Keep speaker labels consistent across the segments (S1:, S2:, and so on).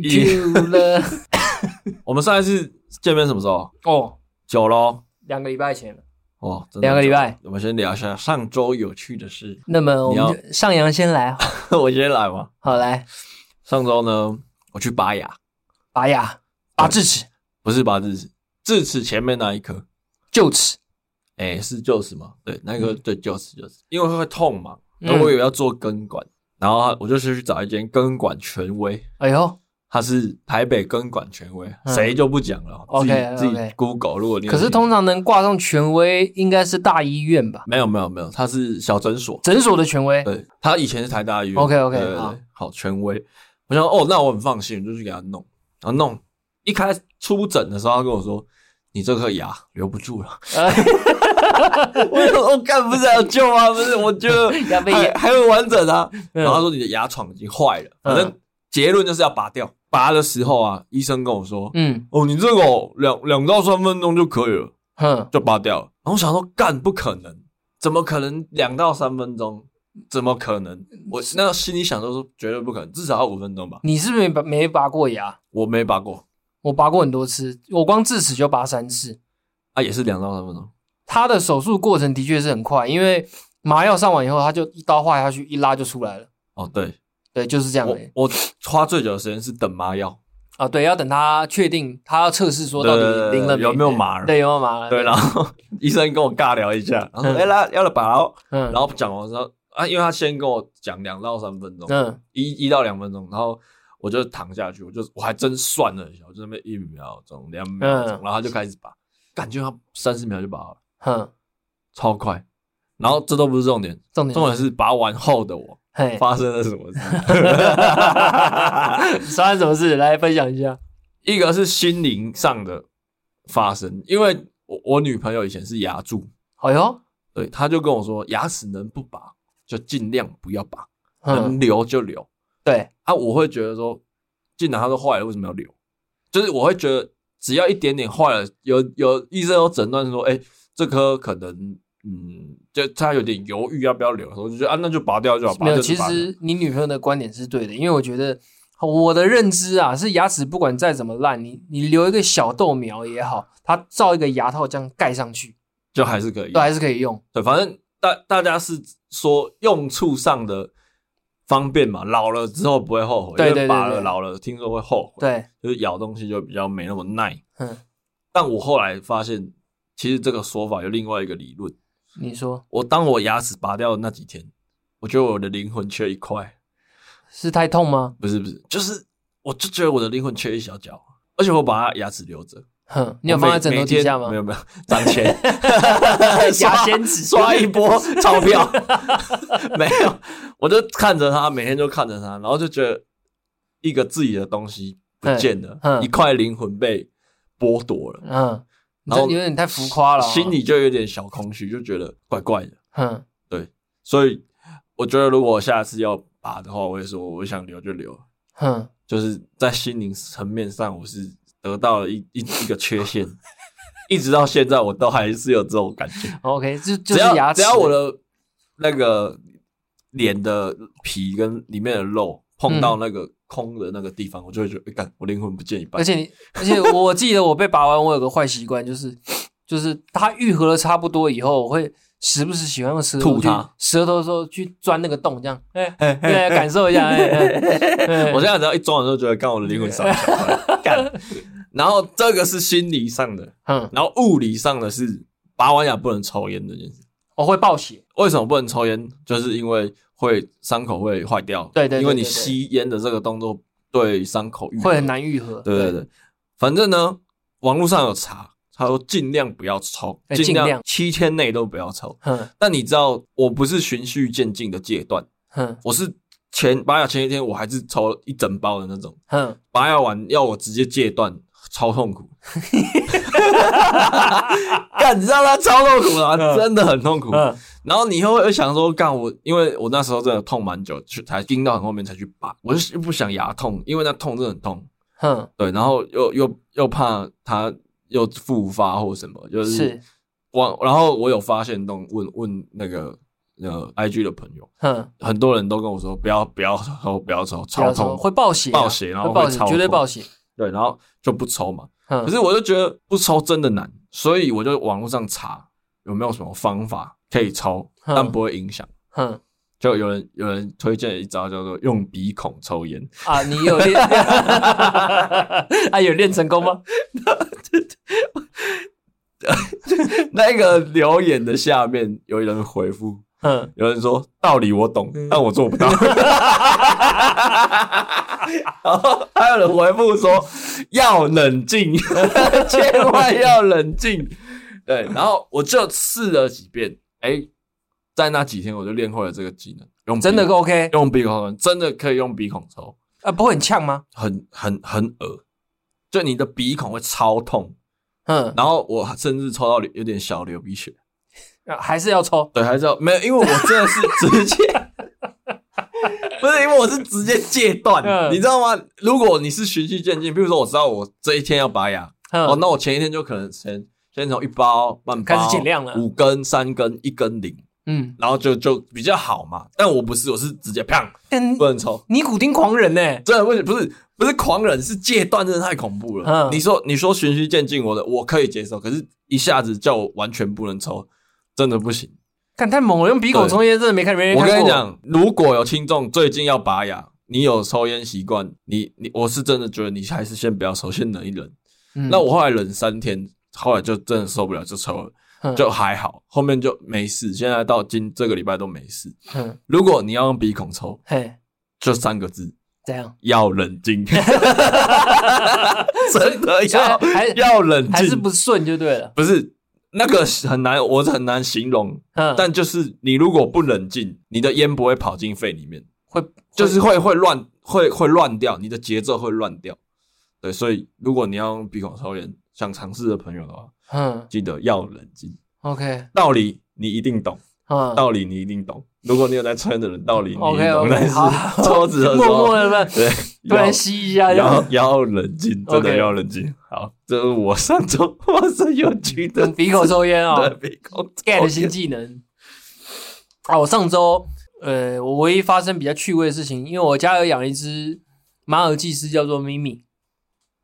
S1: barbecue 了。
S2: 我们上一次见面什么时候？
S1: 哦，
S2: 久喽，
S1: 两个礼拜前了，
S2: 哦，真的
S1: 两个礼
S2: 久。
S1: 拜。
S2: 我们先聊一下上周有趣的事。
S1: 那么我
S2: 你要
S1: 们就上扬先来，
S2: 我先来嘛。
S1: 好来
S2: 上周呢，我去拔牙，
S1: 拔牙、拔智齿、
S2: 不是拔智齿，智齿前面那一颗，
S1: 臼齿。
S2: 哎、是臼齿吗？对，那个、对臼齿臼齿，因为会痛嘛，
S1: 嗯
S2: 那我以为要做根管，然后我就是去找一间根管权威，
S1: 哎呦，
S2: 他是台北根管权威，
S1: 嗯
S2: 谁、就不讲了，自己
S1: OK，OK
S2: 自己 Google。如果你有
S1: 可是
S2: 兴趣
S1: 通常能挂上权威应该是大医院吧，
S2: 没有没有没有，他是小诊所，
S1: 诊所的权威。
S2: 对呃他以前是台大医院
S1: OK，OK，
S2: 对对对
S1: 好
S2: 好权威。我想说哦，那我很放心，我就去给他弄，然后弄一开始出诊的时候，他跟我说你这颗牙留不住了。 我说我干不是要救吗？不是，我觉得
S1: 要被
S2: 还
S1: 牙
S2: 还会完整啊。
S1: 嗯
S2: 然后他说你的牙床已经坏了，
S1: 嗯
S2: 反正结论就是要拔掉。拔的时候啊，医生跟我说，
S1: 嗯
S2: 哦，你这个哦两两到三分钟就可以了，
S1: 哼，
S2: 就拔掉了。然后我想说，干不可能，怎么可能两到三分钟？怎么可能？我那心里想说，说绝对不可能，至少要五分钟吧。
S1: 你是不是没拔没拔过牙？
S2: 我没拔过
S1: 我拔过很多次，我光智齿就拔三次。
S2: 啊，也是两到三分钟。
S1: 他的手术过程的确是很快，因为麻药上完以后，他就一刀划下去，一拉就出来了。
S2: 哦，对
S1: 对，就是这样
S2: 我
S1: 的
S2: 我花最久的时间是等麻药，
S1: 啊。对，要等他确定，他要测试说到
S2: 对对
S1: 底
S2: 对
S1: 淋了
S2: 有没有麻了
S1: 对，有没有麻了？
S2: 对，然 后医生跟我尬聊一下，然后说：“哎、来要了拔哦。”
S1: 嗯，
S2: 然后讲完之后啊，因为他先跟我讲两到三分钟，
S1: 嗯
S2: 一一到两分钟，然后我就躺下去，我就我还真算了一下，我就在那边一秒钟、两秒钟，
S1: 嗯
S2: 然后他就开始拔，感觉他三十秒就拔了，
S1: 哼，
S2: 超快。然后这都不是重点，
S1: 重点
S2: 重点是拔完后的我
S1: 嘿，
S2: 发生了什么事。
S1: 发生什么事？来分享一下。
S2: 一个是心灵上的发生，因为我我女朋友以前是牙柱，
S1: 好哟，
S2: 对，她就跟我说，牙齿能不拔就尽量不要拔，能
S1: 嗯，
S2: 留就留。
S1: 对，
S2: 啊，我会觉得说，既然它都坏了，为什么要留？就是我会觉得，只要一点点坏了，有有医生有诊断说，哎、这颗可能，嗯，就他有点犹豫要不要留的时候，就觉得啊，那就拔掉就好。拔
S1: 没有。
S2: 掉就
S1: 其
S2: 拔掉
S1: 实你女朋友的观点是对的，因为我觉得我的认知啊是牙齿不管再怎么烂，你你留一个小豆苗也好，它造一个牙套这样盖上去，
S2: 就还是可以，
S1: 都还是可以用。
S2: 对，反正大大家是说用处上的方便嘛，老了之后不会后悔，
S1: 对
S2: 因
S1: 对
S2: 为
S1: 对
S2: 拔了
S1: 对
S2: 老了听说会后悔，
S1: 对，
S2: 就是咬东西就比较没那么耐。
S1: 嗯，
S2: 但我后来发现，其实这个说法有另外一个理论。
S1: 你说
S2: 我当我牙齿拔掉的那几天，我觉得我的灵魂缺一块，
S1: 是太痛吗？
S2: 不是不是，就是我就觉得我的灵魂缺一小角，而且我把它牙齿留着。
S1: 哼，你有
S2: 我
S1: 放
S2: 每
S1: 在枕头
S2: 每
S1: 底
S2: 天
S1: 下吗，
S2: 没？有没有，攒钱
S1: 牙
S2: 刷
S1: 仙子
S2: 刷 一波钞票， 没有，我就看着它，每天就看着它，然后就觉得一个自己的东西不见了，
S1: 嗯嗯
S2: 一块灵魂被剥夺了，
S1: 嗯，你这
S2: 然后
S1: 有点太浮夸了、啊
S2: 心，里就有点小空虚，就觉得怪怪的。
S1: 哼，
S2: 所以我觉得，如果我下次要拔的话，我会说我想留就留，
S1: 哼，
S2: 就是在心灵层面上，我是得到了一 一一个缺陷， 一直到现在我都还是有这种感觉。
S1: OK，就就
S2: 只
S1: 是
S2: 要
S1: 牙齿，
S2: 只要我的那个脸的皮跟里面的肉碰到那个空的那个地方，我就会觉得，哎干、我灵魂不见一半。
S1: 而且你，而且我记得我被拔完，我有个坏习惯，就是就是它愈合的差不多以后，我会时不时喜欢用舌头
S2: 吐
S1: 去
S2: 它
S1: 舌头的时候去钻那个洞，这样，哎、对，感受一下，哎、哎 哎
S2: 我现在只要一撞的时候，觉得干我的灵魂少一小块， 干。然后这个是心理上的，
S1: 嗯，
S2: 然后物理上的是拔完牙不能抽烟这件事。
S1: 我会爆血，
S2: 为什么不能抽烟？就是因为会伤口会坏掉，
S1: 对对对
S2: 因为你
S1: 对对
S2: 吸烟的这个动作对伤口愈合
S1: 会很。难愈合，
S2: 对对对，反正呢，网络上有查，他说尽量不要抽，
S1: 哎
S2: 尽
S1: 尽
S2: 量
S1: 量
S2: 七天内都不要抽。
S1: 哼
S2: 但你知道，我不是循序渐进的阶段，
S1: 哼
S2: 我是前拔牙前一天我还是抽了一整包的那种，
S1: 哼，
S2: 拔牙完要我直接戒断，超痛 苦。 干，你知道他超痛苦啊，
S1: 嗯
S2: 真的很痛苦。
S1: 嗯
S2: 然后你又会想说，干我，因为我那时候真的痛蛮久，去才盯到很后面才去拔，我就是不想牙痛，因为那痛真的很痛。
S1: 哼，
S2: 对，然后又又又怕它又复发或什么，就是我然后我有发现那种问问那个呃 IG 的朋友，
S1: 哼，
S2: 很多人都跟我说不要不要抽不要抽，
S1: 不要
S2: 超
S1: 说
S2: 痛。
S1: 会爆血啊，
S2: 爆血然后
S1: 会爆
S2: 会
S1: 血，
S2: 超
S1: 绝对
S2: 痛
S1: 爆血。
S2: 对，然后就不抽嘛。
S1: 哼，
S2: 可是我就觉得不抽真的难，所以我就网络上查有没有什么方法可以抽，
S1: 嗯
S2: 但不会影响。
S1: 哼
S2: 就有人有人推荐一招叫做用鼻孔抽烟，
S1: 啊，你有 练啊？有练成功吗？
S2: 那个留言的下面有人回复，
S1: 哼，
S2: 有人说道理我懂，
S1: 嗯
S2: 但我做不到。 然后还有人回复说要冷静， 千万要冷静。对，然后我就试了几遍，哎，在那几天我就练会了这个技能，用鼻
S1: 真的 OK
S2: 用鼻孔抽，真的可以用鼻孔抽，
S1: 啊？不会很呛吗？
S2: 很很很恶，就你的鼻孔会超痛，
S1: 嗯，
S2: 然后我甚至抽到流有点小流鼻血。
S1: 啊还是要抽。
S2: 对，还是要没有，因为我真的是直接， 不是因为我是直接戒断，
S1: 嗯
S2: 你知道吗？如果你是循序渐进，比如说我知道我这一天要拔牙，哦，
S1: 哼，
S2: 那我前一天就可能先先从一包慢
S1: 嗯
S2: 包
S1: 开始减量了
S2: 五根、三根、一根零，
S1: 嗯，
S2: 然后就就比较好嘛。但我不是，我是直接砰
S1: 嗯
S2: 不能抽，
S1: 尼古丁狂人呢？
S2: 真的不是不是不是狂人，是戒断，真的太恐怖了。
S1: 嗯
S2: 你说你说循序渐进，我的我可以接受，可是一下子叫我完全不能抽，真的不行。
S1: 看太猛了，用鼻孔
S2: 对
S1: 抽烟真的没看没人
S2: 我
S1: 看过。
S2: 跟你，讲，如果有听众最近要拔牙，你有抽烟习惯，你你我是真的觉得你还是先不要抽，先忍一忍。
S1: 嗯
S2: 那我后来忍三天，后来就真的受不了，就抽了，
S1: 嗯
S2: 就还好，后面就没事。现在到今这个礼拜都没事。
S1: 嗯，
S2: 如果你要用鼻孔抽，
S1: 嘿，
S2: 就三个字：
S1: 怎样？
S2: 要冷 静。真
S1: 所
S2: 的 要
S1: 以还
S2: 要冷
S1: 还是
S2: 静，
S1: 不顺就对了。
S2: 不是那个很难，我很难形容。
S1: 嗯，
S2: 但就是你如果不冷静，你的烟不会跑进肺里面。
S1: 会
S2: 就是会会乱会会乱掉，你的节奏会乱掉。对，所以如果你要用鼻孔抽烟，想尝试的朋友的话，
S1: 嗯
S2: 记得要冷静。
S1: ，OK，
S2: 道理你一定懂，
S1: 嗯
S2: 道理你一定懂。如果你有在抽烟的人，道理你一定懂
S1: ，OK OK，
S2: 但
S1: 好，
S2: 是 抽脂的时
S1: 默默
S2: 候，
S1: 的
S2: 对，
S1: 突
S2: 要
S1: 然吸一下，
S2: 要要冷静，真的
S1: OK
S2: 要冷静。好，这是我上周 我是有趣的
S1: 用鼻孔抽烟哦。
S2: 对鼻孔
S1: get
S2: 抽
S1: 新
S2: 烟
S1: 技能。啊，我上周呃，我唯一发生比较趣味的事情，因为我家有养了一只马尔济斯，叫做咪咪，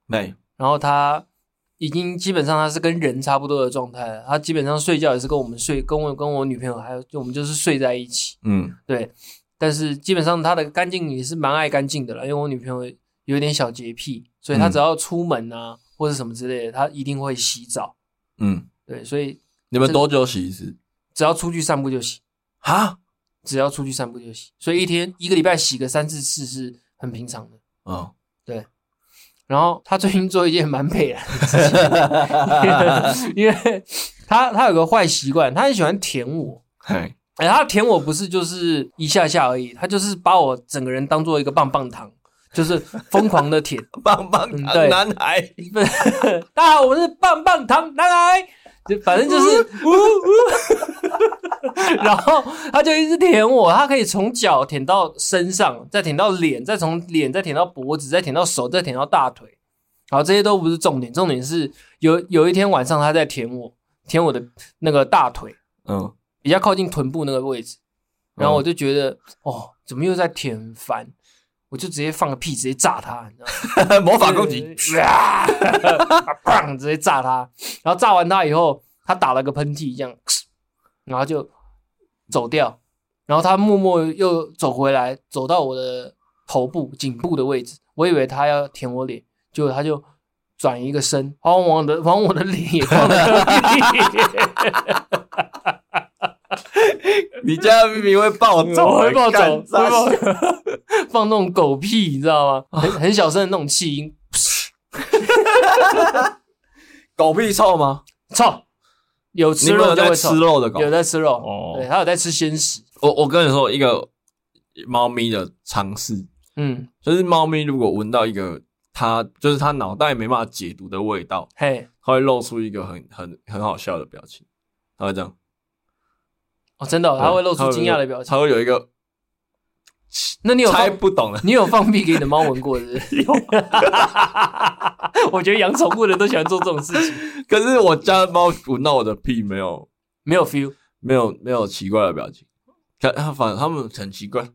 S2: 没
S1: 然后它已经基本上它是跟人差不多的状态了，它基本上睡觉也是跟我们睡，跟我跟我女朋友还有就我们就是睡在一起，
S2: 嗯
S1: 对。但是基本上它的干净也是蛮爱干净的了，因为我女朋友有点小洁癖，所以她
S2: 嗯
S1: 只要出门啊、或者什么之类的，她一定会洗澡，
S2: 嗯，
S1: 对，所以
S2: 你们多久洗一次？
S1: 只要出去散步就洗。
S2: 啊
S1: 只要出去散步就洗，所以一天一个礼拜洗个三四次是很平常的。
S2: 嗯，
S1: 然后他最近做一件蛮配的 事情，因为他他有个坏习惯，他很喜欢舔我。
S2: 嘿，
S1: 哎，他舔我不是就是一下下而已，他就是把我整个人当做一个棒棒糖，就是疯狂的舔。
S2: 棒棒
S1: 嗯对
S2: 糖男孩。
S1: 不是 大家好，我是棒棒糖男孩，就反正就是，然后他就一直舔我，他可以从脚舔到身上，再舔到脸，再从脸再舔到脖子，再舔到手，再舔到大腿。好，这些都不是重点，重点是有有一天晚上他在舔我，舔我的那个大腿，
S2: 嗯，
S1: 比较靠近臀部那个位置，然后我就觉得、哦，怎么又在舔，很烦，我就直接放个屁，直接炸他，你知道吗？
S2: 魔法
S1: 攻
S2: 攻
S1: 击
S2: 击，
S1: 啊，砰，直接炸他。然后炸完他以后，他打了个喷嚏，这样，然后就走掉。然后他默默又走回来，走到我的头部、颈部的位置。我以为他要舔我脸，结果他就转一个身，往我的往我的脸也放了 个屁。
S2: 你家明明会暴走，
S1: 嗯会暴
S2: 干
S1: 走，会
S2: 啥
S1: 暴 放那种狗屁，你知道吗？很很小声的那种气音，
S2: 狗屁 臭吗？
S1: 操！有
S2: 你
S1: 吃
S2: 们有
S1: 肉就
S2: 在
S1: 会
S2: 吃
S1: 臭。
S2: 肉的狗？
S1: 有在吃肉，
S2: 哦
S1: 对，还有在吃鲜食，
S2: 我我跟你说一个猫咪的尝试，
S1: 嗯，
S2: 就是猫咪如果闻到一个它就是它脑袋没办法解读的味道，
S1: 嘿，
S2: 它会露出一个很很很好笑的表情，它会这样，
S1: 哦，真的哦、它会露
S2: 对
S1: 出惊讶的表情。
S2: 它会有一个
S1: 那你有
S2: 猜
S1: 放
S2: 不懂的
S1: 你有放屁给你的猫闻过是不是？ 我觉得养宠物的都喜欢做这种事情，
S2: 可是我家的猫闻到我的屁没有
S1: 没有 feel
S2: 没有没有奇怪的表情，可他反他们很奇怪，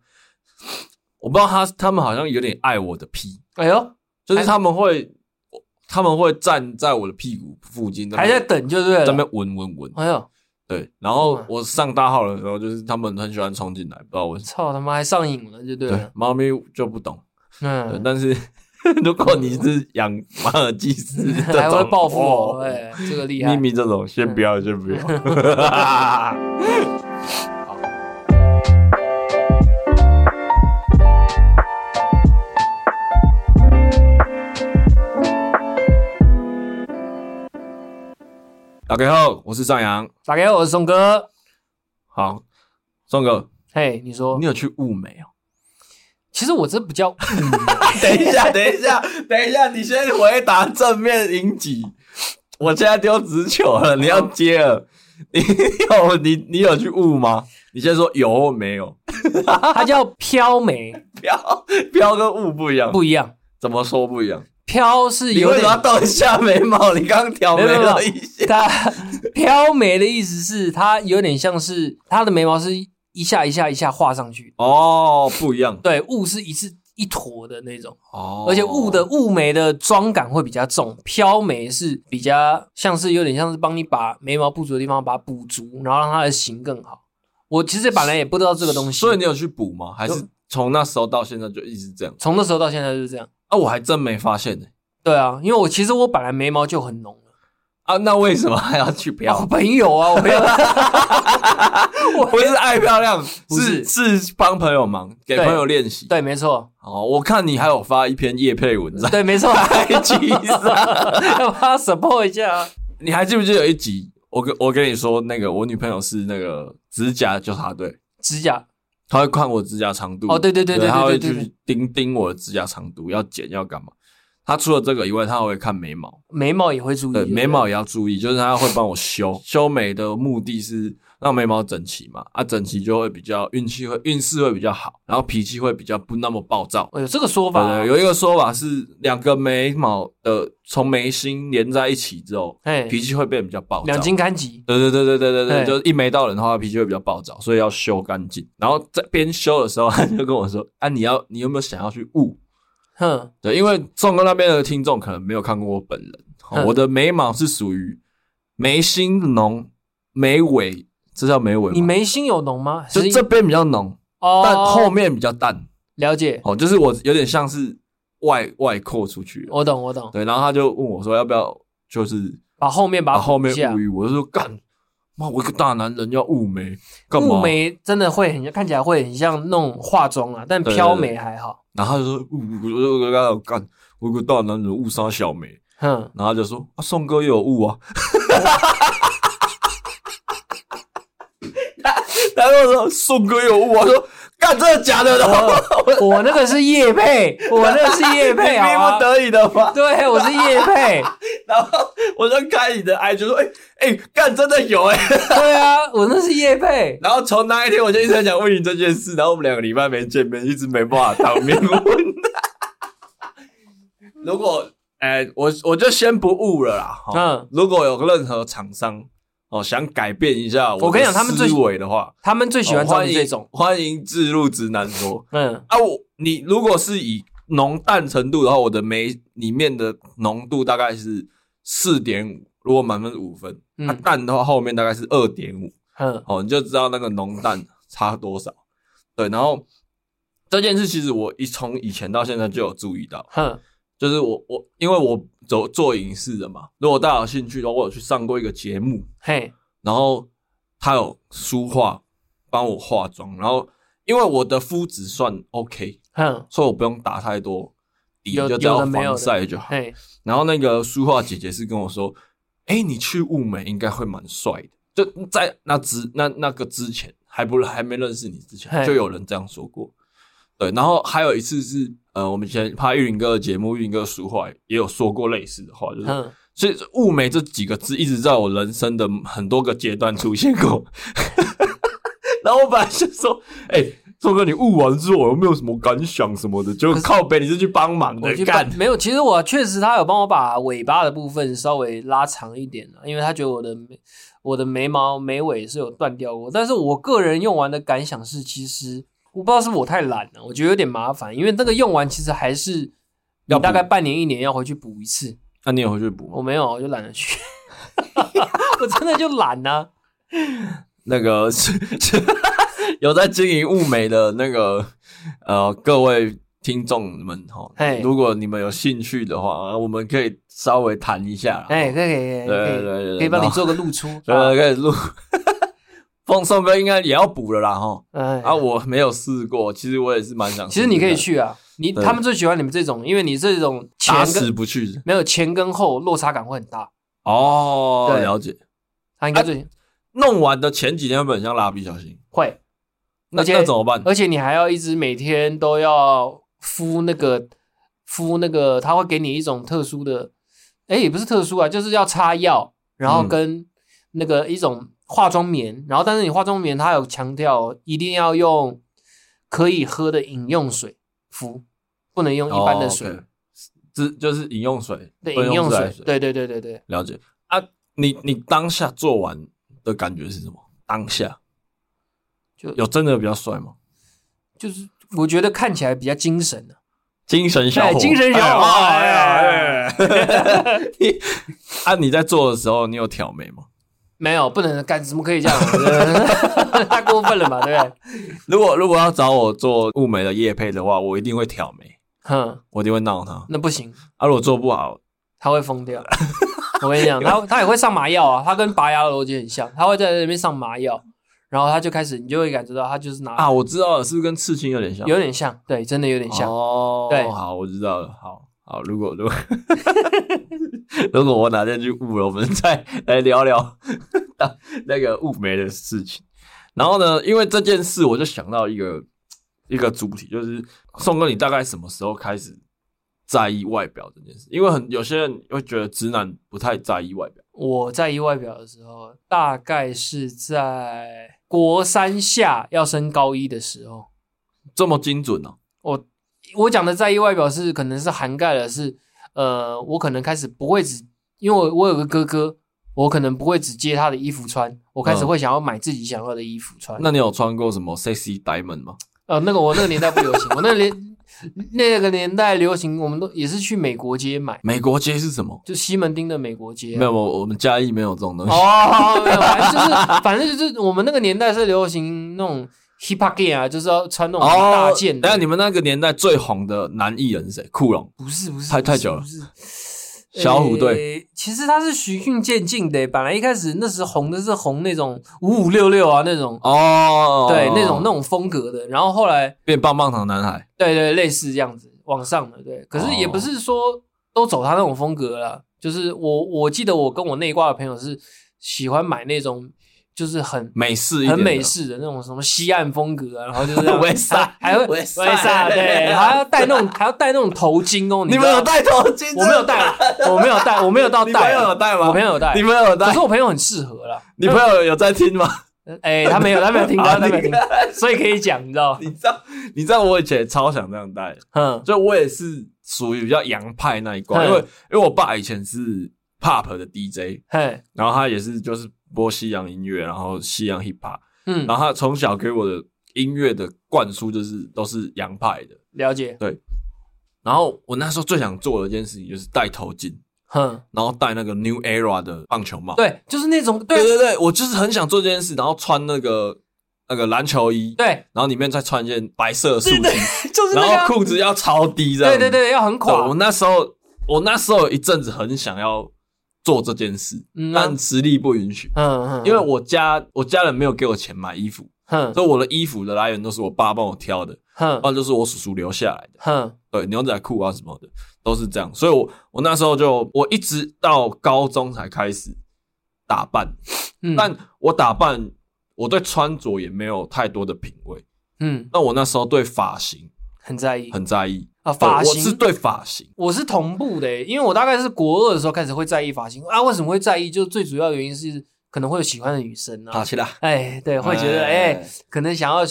S2: 我不知道他他们好像有点爱我的屁，
S1: 哎呦，
S2: 就是他们会他们会站在我的屁股附近，
S1: 还在等就对
S2: 在那
S1: 了。
S2: 边闻闻闻，
S1: 哎呦，
S2: 对。然后
S1: 哇
S2: 我上大号的时候，就是他们很喜欢冲进来，不知道为什么。
S1: 操他妈还上瘾了就对
S2: 对
S1: 了，。
S2: 猫咪就不懂，对，
S1: 嗯，
S2: 但是 如果你是养马尔济斯这种，
S1: 还会报复我，
S2: 哦
S1: 哎，这个厉害嗯
S2: 秘。密这种，先不要，先不要。 大家好，我是张扬。
S1: 打给我的宋哥，
S2: 好，宋哥，
S1: 嘿，你说
S2: 你，有去物美哦？
S1: 其实我这不叫物美，
S2: 等一下，等一下，等一下，你先回答正面迎击。我现在丢直球了，你要接了。 你有你你有去悟吗？你先说有或没有。
S1: 它叫飘梅，
S2: 飘飘跟悟不一样，
S1: 不一样。
S2: 怎么说不一样？
S1: 飘是
S2: 你
S1: 有
S2: 为什
S1: 点
S2: 么要动一下眉毛？你刚刚挑眉
S1: 没有没有
S2: 了一 下。
S1: 它飘眉的意思是它有点像是它的眉毛是一下一下一下画上去的，
S2: 哦，不一样
S1: 对，雾是一次一坨的那种，
S2: 哦
S1: 而且雾的雾眉的妆感会比较重，飘眉是比较像是有点像是帮你把眉毛不足的地方把它补足，然后让它的形更好。我其实本来也不知道这个东西，
S2: 所以你有去补吗？还是从那时候到现在就一直这样？
S1: 从那时候到现在就是这样。
S2: 啊，我还真没发现呢、
S1: 对啊，因为我其实我本来眉毛就很浓了。
S2: 啊，那为什么还要去飘？
S1: 啊，朋友啊，我朋友
S2: 不是爱漂亮，
S1: 不
S2: 是
S1: 是
S2: 是帮朋友忙，给
S1: 对
S2: 朋友练习。
S1: 对，没错，
S2: 哦，我看你还有发一篇叶配文章，
S1: 对，没错，
S2: IG 上，
S1: 要帮他 support 一下啊。
S2: 你还记不记得有一集？我跟我跟你说，那个我女朋友是那个指甲纠察队，
S1: 指甲
S2: 她会看我指甲长度。
S1: 哦对对对对
S2: 她
S1: 对
S2: 会
S1: 对对
S2: 去盯盯我的指甲长度，要剪要干嘛。她除了这个以外，她还会看眉毛，
S1: 眉毛也会注意，
S2: 对
S1: 不
S2: 眉毛也要注意，就是她会帮 我修。修眉的目的是让眉毛整齐嘛，啊，整齐就会比较运气会运势会比较好，然后脾气会比较不那么暴躁。
S1: 哦有这个说法啊
S2: 对，，有一个说法是，两个眉毛的从眉心连在一起之后，
S1: 哎，
S2: 脾气会变得比较暴躁。
S1: 两斤干级，
S2: 对对对对对对
S1: 哎
S2: 对，就是一眉到人的话，脾气会比较暴躁，所以要修干净。然后在边修的时候，他就跟我说：“啊，你要你有没有想要去悟
S1: 哼，？”
S2: 对，因为宋哥那边的听众可能没有看过我本人，哦
S1: 嗯
S2: 我的眉毛是属于眉心浓，眉尾这叫眉尾吗
S1: 你眉心有浓吗？
S2: 就是这边比较浓，
S1: 哦，
S2: 但后面比较淡。
S1: 了解，
S2: 哦，就是我有点像是外外扩出去了。
S1: 我懂我懂，
S2: 对，然后他就问我说要不要，就是
S1: 把后面把
S2: 把
S1: 它
S2: 后面
S1: 补一下
S2: 物语，我就说干，妈我一个大男人要雾眉干嘛？
S1: 雾眉真的会很看起来会很像那种化妆啊，但
S2: 对对
S1: 飘
S2: 对
S1: 眉还好，
S2: 然后他就说雾，我就跟他干，我一个大男人雾杀小眉，
S1: 哼，
S2: 然后他就说啊，宋哥也有雾啊。 他他就说宋哥有雾，我说呃干真的假的的，
S1: 我那个是叶 配，我那个是叶
S2: 你
S1: 配，
S2: 逼
S1: 好
S2: 不
S1: 吗？
S2: 得已的吧？
S1: 对，我是叶 配，
S2: 然后我就看你的 I 就说，哎、哎，干、真的有哎、
S1: 对啊，我那是叶配，
S2: 然后从那一天我就一直在想问你这件事，然后我们两个礼拜没见面，一直没办法当面问。 如果，哎、我我就先不误了啦。嗯
S1: 嗯，
S2: 如果有任何厂商哦想改变一下
S1: 我
S2: 跟
S1: 跟
S2: 你
S1: 你
S2: 讲，
S1: 讲他们最
S2: 思维的话，
S1: 他们最喜欢
S2: 哦
S1: 找
S2: 欢
S1: 你
S2: 迎
S1: 这种，
S2: 欢迎置入直男说
S1: 嗯，
S2: 啊，我你如果是以浓淡程度的话，我的眉里面的浓度大概是四点五，如果满分是五分，那、
S1: 嗯
S2: 淡的话后面大概是二点五。
S1: 哼，
S2: 哦，你就知道那个浓淡差多少。对，然后这件事其实我一从以前到现在就有注意到，
S1: 哼，
S2: 就是我我因为我走做影视的嘛，如果大家有兴趣的话，我有去上过一个节目，
S1: 嘿，
S2: 然后他有梳化帮我化妆，然后因为我的肤质算 OK，
S1: 哼，
S2: 所以我不用打太多底，
S1: 有
S2: 就只
S1: 有
S2: 要
S1: 的没有
S2: 防
S1: 的
S2: 晒就好。
S1: 嘿，
S2: 然后那个书画姐姐是跟我说：“哎、你去物美应该会蛮帅的。”就在那之那那个之前，还不还没认识你之前，
S1: 嘿
S2: 就有人这样说过。对，然后还有一次是呃，我们以前拍玉林哥的节目，玉林哥书画也有说过类似的话，就是、
S1: 哼。
S2: 所以物美这几个字一直在我人生的很多个阶段出现过。 然后我本来就说：“哎、宋哥，你悟完之后有没有什么感想什么的？”就靠北，你是去帮忙
S1: 我
S2: 的
S1: 去，
S2: 干
S1: 办。没有，其实啊我确实他有帮我把尾巴的部分稍微拉长一点了，因为他觉得我的眉我的眉毛眉尾是有断掉过，但是我个人用完的感想是，其实我不知道是不是我太懒了，我觉得有点麻烦，因为那个用完其实还是你
S2: 要补
S1: 大概半年一年要回去补一次。
S2: 那、你有回去补吗
S1: 我？没有，啊我就懒得去， 我真的就懒啊呐、
S2: 那个 是是有在经营物美的那个呃各位听众们哈
S1: 嘿，
S2: 如果你们有兴趣的话，啊我们可以稍微谈一下啦。
S1: 哎、可以可以可以可
S2: 对
S1: 以
S2: 对对
S1: 可以帮
S2: 然
S1: 你
S2: 后
S1: 做个露出。啊
S2: 呃，开始录。放送歌应该也要补了啦哈。
S1: 哎
S2: 啊，我没有试过，其实我也是蛮想试
S1: 其
S2: 试看。
S1: 实你可以去啊，你
S2: 对
S1: 他们最喜欢你们这种，因为你这种前
S2: 打
S1: 跟
S2: 死不去
S1: 没有前跟后落差感会很大。
S2: 哦，
S1: 对
S2: 了解。
S1: 他应
S2: 啊
S1: 该最、
S2: 弄完的前几天会不会很像蜡笔小新？
S1: 会，
S2: 那
S1: 而且
S2: 那怎么办？
S1: 而且你还要一直每天都要敷那个敷那个，他会给你一种特殊的，哎，也不是特殊啊，就是要擦药，然后
S2: 嗯
S1: 跟那个一种化妆棉，然后但是你化妆棉它有强调一定要用可以喝的饮用水敷，不能用一般的水，
S2: 哦，OK 这就是饮用水，
S1: 对，
S2: 不能
S1: 饮用
S2: 自来
S1: 水，对对对对对。
S2: 了解啊。你你当下做完的感觉是什么？当下
S1: 就
S2: 有真的比较帅吗？
S1: 就是我觉得看起来比较精神啊的、
S2: 精神小伙，
S1: 对精神小伙哎
S2: 哎呀哎呀哎呀 你啊，你在做的时候，你有挑眉吗？
S1: 没有，不能干，怎么可以这样？ 太过分了吧，对不对？
S2: 如果如果要找我做物美的叶配的话，我一定会挑眉，
S1: 哼，
S2: 我一定会闹他。
S1: 那不行，
S2: 啊，如果做不好，
S1: 他会疯掉。我跟你讲，他他也会上麻药啊，他跟拔牙的逻辑很像，他会在那边上麻药，然后他就开始，你就会感觉到他就是拿，
S2: 啊，我知道了，是不是跟刺青有点像？
S1: 有点像，对，真的有点像。
S2: 哦，
S1: 对
S2: 好，我知道了，好好，如果 如果如果我哪天去雾了，我们再来聊聊那个雾眉的事情。然后呢，因为这件事，我就想到一个一个主题，就是宋哥，你大概什么时候开始在意外表这件事？因为很有些人会觉得直男不太在意外表，
S1: 我在意外表的时候，大概是在国三下要升高一的时候，
S2: 这么精准哦呢、
S1: 我我讲的在意外表是可能是涵盖了是呃，我可能开始不会只因为我我有个哥哥，我可能不会只接他的衣服穿，我开始
S2: 嗯
S1: 会想要买自己想要的衣服穿。
S2: 那你有穿过什么 sexy diamond 吗？
S1: 呃，那个我那个年代不流行，我那个年 那个年代流行，我们都也是去美国街买，
S2: 美国街是什么？
S1: 就西门町的美国街啊、
S2: 没有，我我们嘉义没有这种东西。
S1: 哦，没有，反正就是，反正就是我们那个年代是流行那种 hip hop gay 啊，就是要穿那种
S2: 哦，
S1: 大件的。
S2: 等一下你们那个年代最红的男艺人是谁？库龙、
S1: 不是不是，
S2: 太
S1: 不
S2: 太
S1: 是
S2: 久了
S1: 不是
S2: 小虎队。
S1: 诶其实他是循序渐进的，本来一开始那时红的是红那种五五六六啊那种，
S2: 哦，
S1: 对，那种那种风格的。然后后来，
S2: 变棒棒糖男孩
S1: 对对，类似这样子往上的，对。可是也不是说都走他那种风格啦，就是我我记得我跟我内挂的朋友是喜欢买那种就是很
S2: 美式一点
S1: 很
S2: 的
S1: 美，式的那种什么西岸风格啊，然后就是 这样
S2: 为啥
S1: 还还会
S2: 为啥
S1: 啥对，还要戴那种还要戴那种头巾哦，
S2: 你
S1: 知
S2: 们
S1: 道吗
S2: 有戴头 巾？
S1: 我没有戴，我没有戴，我没有到
S2: 你朋
S1: 戴
S2: 友有
S1: 啊，
S2: 戴吗？
S1: 我朋友有戴
S2: 你，朋友有
S1: 可
S2: 戴
S1: 是？我朋友很适合 啦。
S2: 你朋友有在听吗？
S1: 哎，他没有，他没有听到，
S2: 啊
S1: 他没有听
S2: 你，
S1: 所以可以 讲，你知道？
S2: 你知道，你知道我以前超想这样戴的，
S1: 嗯，
S2: 就我也是属于比较洋派那一挂，
S1: 嗯
S2: 因为因为我爸以前是 pop 的 DJ，
S1: 嘿，
S2: 然后他也是就是播西洋音乐，然后西洋 hip hop，
S1: 嗯，
S2: 然后他从小给我的音乐的灌输就是都是洋派的。
S1: 了解，
S2: 然后我那时候最想做的一件事情就是戴头巾，
S1: 哼，
S2: 然后戴那个 New Era 的棒球帽。
S1: 对，就是那种，
S2: 对
S1: 对
S2: 对对我就是很想做这件事，然后穿那个那个篮球衣，
S1: 对，
S2: 然后里面再穿一件白色的素
S1: 对
S2: 巾，
S1: 就是那个
S2: 然
S1: 啊
S2: 后，裤子要超低这样。
S1: 对对，对，要很
S2: 对我
S1: 垮，
S2: 那时候我那时候有一阵子很想要做这件事，
S1: 嗯啊
S2: 但实力不允许。
S1: 嗯嗯，
S2: 因为我家我家人没有给我钱买衣服，
S1: 哼
S2: 所以我的衣服的来源都是我爸帮我挑的，
S1: 哼
S2: 不然就是我叔叔留下来的。
S1: 哼，
S2: 对，牛仔裤啊什么的都是这样。所以我我那时候就我一直到高中才开始打扮，
S1: 嗯，
S2: 但我打扮我对穿着也没有太多的品味。
S1: 嗯
S2: 那我那时候对发型
S1: 很在意
S2: 很在意，
S1: 啊，
S2: 对
S1: 发
S2: 我是
S1: 型。
S2: 对发型，
S1: 我是同步的欸，因为我大概是国二的时候开始会在意发型啊。为什么会在意？就最主要原因是可能会有喜欢的女生啊，
S2: 起来
S1: 哎，对，会觉得哎、可能想要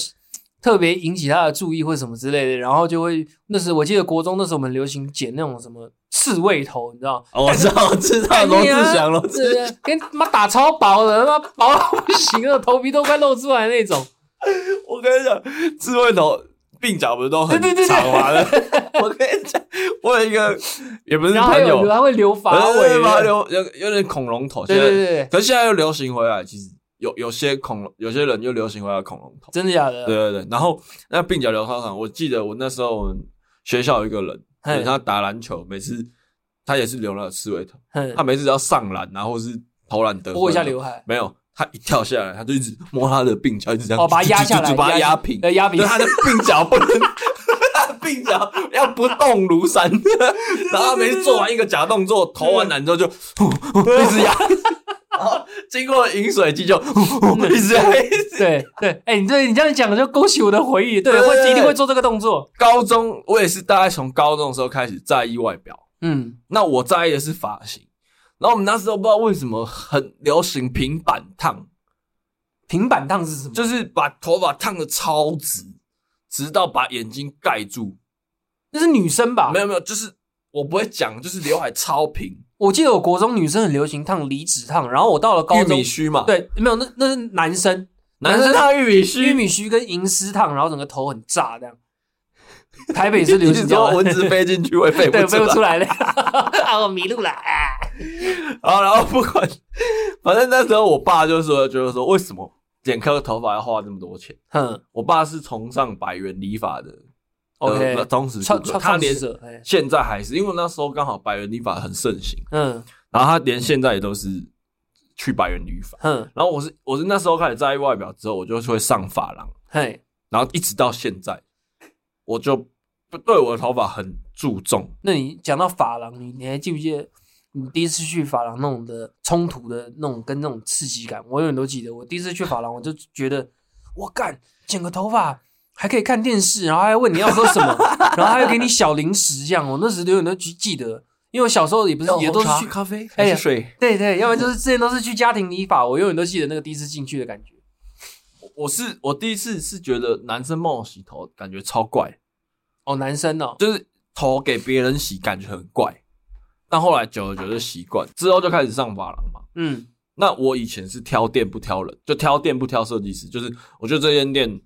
S1: 特别引起他的注意或什么之类的，然后就会那时我记得国中那时候我们流行剪那种什么刺猬头，你知道吗？
S2: 哦我知道，我知道
S1: 干
S2: 罗
S1: 你
S2: 志
S1: 啊
S2: 祥，罗志
S1: 对啊，跟他妈打超薄的，他妈薄到不行了，头皮都快露出来那种。
S2: 我跟你讲，智慧头鬓角不是都很
S1: 对对对对
S2: 长嘛的？我跟你讲，我有一个也不是
S1: 然后还
S2: 朋
S1: 有
S2: 友，
S1: 还会留发尾，
S2: 吧？哎留有有点恐龙头，
S1: 对
S2: 现在
S1: 对对对，
S2: 可是现在又流行回来，其实有有些恐龙，有些人又流行回来恐龙头。
S1: 真的假的？
S2: 对对对，然后那鬓角流操场，我记得我那时候我们学校有一个人，
S1: 嘿
S2: 他打篮球，每次他也是留了刺猬头，
S1: 哼，
S2: 他每次只要上篮，然后是投篮得分
S1: 嗯
S2: 啊
S1: 拨一下刘海，
S2: 没有，他一跳下来，他就一直摸他的鬓角，一直这样，
S1: 哦，把它压下
S2: 就
S1: 来，
S2: 就把它压平，
S1: 呃，压平
S2: 对，。他的鬓角不能，鬓角要不动如山。然后他每次做完一个假动作，投完篮之后就 一直压，然后经过饮水机就 一直压。
S1: 对对，哎，你这你这样讲就勾起我的回忆，对，
S2: 对对
S1: 会
S2: 对
S1: 一定会做这个动作。
S2: 高中我也是大概从高中的时候开始在意外表，
S1: 嗯，
S2: 那我在意的是发型。然后我们那时候不知道为什么很流行平板烫，
S1: 平板烫是什么？
S2: 就是把头发烫的超直，直到把眼睛盖住。
S1: 那是女生吧？
S2: 没有没有，就是我不会讲，就是刘海超平，
S1: 我记得我国中女生很流行烫离子烫，然后我到了高
S2: 玉
S1: 中
S2: 米，须嘛，，
S1: 对，没有，那那是男生
S2: 男生烫玉米须，
S1: 玉米须跟银丝烫，然后整个头很炸这样。台北是
S2: 你
S1: 流
S2: 是
S1: 行这样
S2: 说
S1: 的，
S2: 蚊子飞进去会 飞
S1: 对，
S2: 不
S1: 飞
S2: 出
S1: 不出来
S2: 来？
S1: 了，啊，
S2: 哦
S1: 我迷路了啊！
S2: 哎然后然后不管， 反正那时候我爸就说，就是说为什么剪颗头发要花这么多钱？
S1: 哼
S2: 我爸是崇尚百元理发的
S1: ，OK，
S2: 呃忠实顾
S1: 创
S2: 客，
S1: 创
S2: 他
S1: 创
S2: 连
S1: 始者，哎
S2: 现在还是，因为那时候刚好百元理发很盛行，
S1: 嗯
S2: 然后他连现在也都是去百元理发。
S1: 哼
S2: 然后我是我是那时候开始在意外表之后，我就会上发廊，
S1: 嘿，
S2: 然后一直到现在，我就不对我的头发很注重。
S1: 那你讲到发廊，你你还记不记得你第一次去发廊那种的冲突的那种跟那种刺激感？我永远都记得，我第一次去发廊，我就觉得我干剪个头发还可以看电视，然后还问你要喝什么，然后还会给你小零食这样。我那时永远都记记得，因为我小时候也不是也都是去，
S2: 咖啡
S1: 还是
S2: 水。
S1: 对对，要不然就是之前都是去家庭理发，我永远都记得那个第一次进去的感觉。
S2: 我是我第一次是觉得男生帮我洗头感觉超怪，
S1: 哦，男生哦，
S2: 就是头给别人洗感觉很怪，但后来久而久之习惯，之后就开始上发廊嘛。
S1: 嗯
S2: 那我以前是挑店不挑人，就挑店不挑设计师，就是我觉得这间店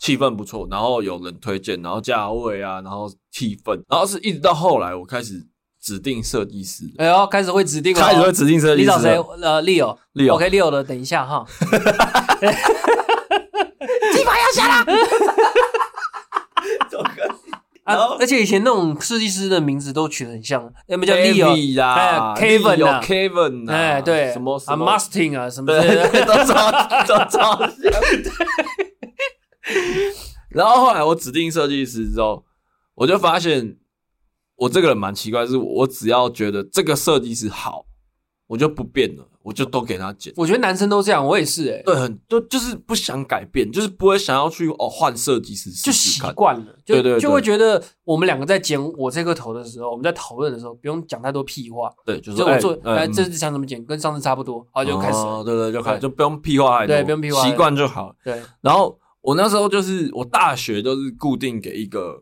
S2: 气氛不错，然后有人推荐，然后价位啊，然后气氛，然后是一直到后来我开始指定设计师了，
S1: 哎呦，开始会指定了哦，
S2: 开始会指定设计
S1: 你
S2: 师
S1: 找
S2: 了，
S1: 谁？呃，Leo。
S2: Leo
S1: OK Leo 的，等一下哈。
S2: 然
S1: 啊
S2: 后，
S1: 而且以前那种设计师的名字都取得很像，要么叫 Leo，
S2: David 呀
S1: 哎，Kevin
S2: 有
S1: 啊
S2: Kevin 啊，
S1: 哎，对，
S2: 什么什
S1: 啊
S2: 么
S1: ，Martin 啊，什么之类
S2: 对，
S1: 的，
S2: 对都超都超像。 然后后来我指定设计师之后，我就发现我这个人蛮奇怪，是我我只要觉得这个设计师好，我就不变了，我就都给他剪。
S1: 我觉得男生都这样，我也是，哎，
S2: 对，很就就是不想改变，就是不会想要去哦换设计师
S1: 就
S2: 试
S1: 习
S2: 试看。
S1: 惯了，就
S2: 对对对
S1: 就会觉得我们两个在剪我这个头的时候，我们在讨论的时候，不用讲太多屁话，
S2: 对，就是
S1: 就
S2: 说
S1: 我做，
S2: 哎
S1: 哎，
S2: 嗯
S1: 这次想怎么剪，跟上次差不多，好就开始了，
S2: 哦对对，就开始
S1: 对
S2: 就不用屁话太多，
S1: 对不用屁话
S2: 习惯就好。
S1: 对，
S2: 然后我那时候就是我大学都是固定给一个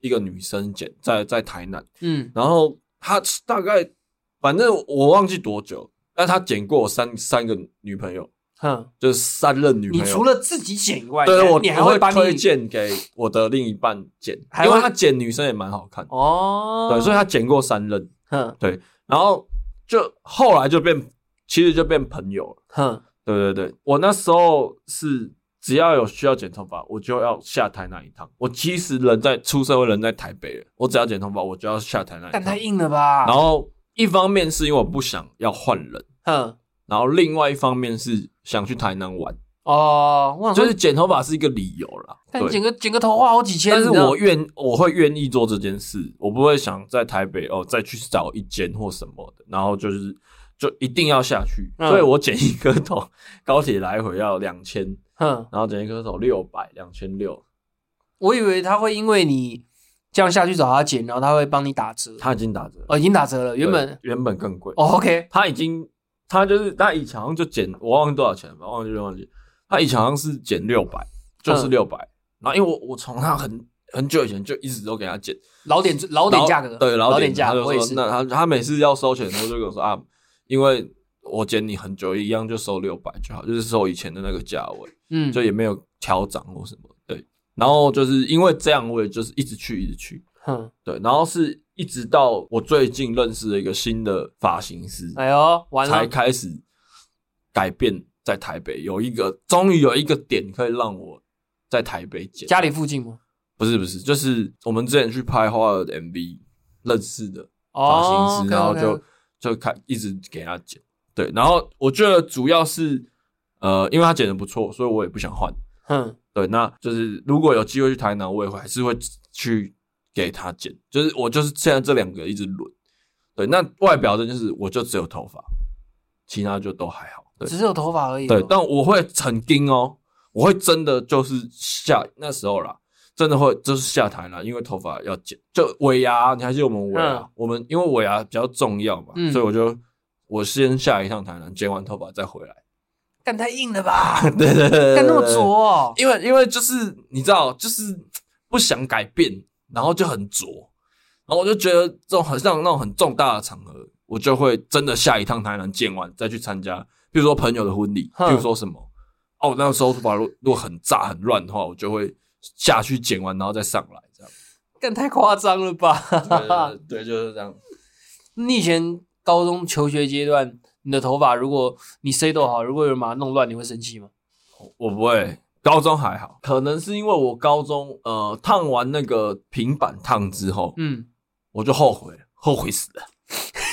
S2: 一个女生剪，在在台南，
S1: 嗯，
S2: 然后她大概反正我忘记多久，但她剪过我三三个女朋友，
S1: 哼，
S2: 就是三任女
S1: 你
S2: 朋友。
S1: 除了自己剪以外，
S2: 对
S1: 你
S2: 我
S1: 你还
S2: 我
S1: 会
S2: 会
S1: 把
S2: 推
S1: 你
S2: 荐给我的另一半剪，
S1: 还
S2: 因
S1: 会
S2: 为她剪女生也蛮好看的，
S1: 哦，
S2: 对，所以她剪过三任，
S1: 哼
S2: 然后就后来就变，其实就变朋友了。
S1: 哼，
S2: 对对对，我那时候是只要有需要剪头发，我就要下台南一趟。我其实人在出社会，人在台北了，我只要剪头发，我就要下台南
S1: 但
S2: 一
S1: 太
S2: 趟。
S1: 硬了吧？
S2: 然后一方面是因为我不想要换人，
S1: 哼，
S2: 然后另外一方面是想去台南玩，
S1: 哦，我想
S2: 就
S1: 说
S2: 是剪头发是一个理由啦。
S1: 但剪
S2: 对，
S1: 个剪个头花好几千，
S2: 但是
S1: 你知道
S2: 我愿我会愿意做这件事，我不会想在台北哦再去找一间或什么的，然后就是就一定要下去，
S1: 嗯
S2: 所以我剪一个头，高铁来回要两千。
S1: 哼，
S2: 然后整一颗手六百两千六，
S1: 我以为他会因为你这样下去找他剪，然后他会帮你打折。
S2: 他已经打折了，
S1: 哦，已经打折了，原本
S2: 对原本更贵。
S1: 哦，OK，
S2: 他已经他就是他以前好像就减，我忘记多少钱了，忘记忘记。他以前好像是减六百，就是
S1: 嗯
S2: 六百。然后因为我我从他很很久以前就一直都给他剪，
S1: 老点老点价格，
S2: 对，
S1: 老
S2: 老
S1: 点价
S2: 他
S1: 格，我也
S2: 就说
S1: 是，
S2: 那他他每次要收钱的时候就跟我说啊，因为我剪你很久，一样就收六百就好，就是收以前的那个价位，
S1: 嗯，
S2: 就也没有调涨或什么，对。然后就是因为这样，我也就是一直去，一直去，
S1: 哼，
S2: 对。然后是一直到我最近认识了一个新的发型师，
S1: 哎呦，完
S2: 才
S1: 了，
S2: 开始改变在台北，有一个终于有一个点可以让我在台北剪。
S1: 家里附近吗？
S2: 不是不是，就是我们之前去拍花儿的 MV 认识的发型
S1: 哦，OK，OK，
S2: 师，然后就就开一直给他剪。对，然后我觉得主要是呃，因为他剪的不错，所以我也不想换。
S1: 哼，
S2: 对，那就是如果有机会去台南，我也会还是会去给他剪。就是我就是现在这两个一直轮。对，那外表真的就是我就只有头发，其他就都还好。对
S1: 只是有头发而已哦，
S2: 对，但我会很盯哦，我会真的就是下那时候啦，真的会就是下台啦，因为头发要剪，就尾牙，你还记得我们尾牙？
S1: 嗯
S2: 我们因为尾牙比较重要嘛，
S1: 嗯
S2: 所以我就我先下一趟台南，剪完头发再回来。
S1: 干太硬了吧？
S2: 对对对对，
S1: 干那么
S2: 对
S1: 浊，哦，
S2: 因为因为就是你知道，就是不想改变，然后就很浊，然后我就觉得这种很像那种很重大的场合，我就会真的下一趟台南见完再去参加，比如说朋友的婚礼，
S1: 哼
S2: 比如说什么哦，那个时候头发如如果很炸很乱的话，我就会下去剪完然后再上来这样。
S1: 干太夸张了吧？
S2: 对，就是这样。
S1: 你以前高中求学阶段，你的头发如果你 say 都好，如果有人把它弄乱，你会生气吗？
S2: 我不会，高中还好，可能是因为我高中呃烫完那个平板烫之后，
S1: 嗯，
S2: 我就后悔了，后悔死了。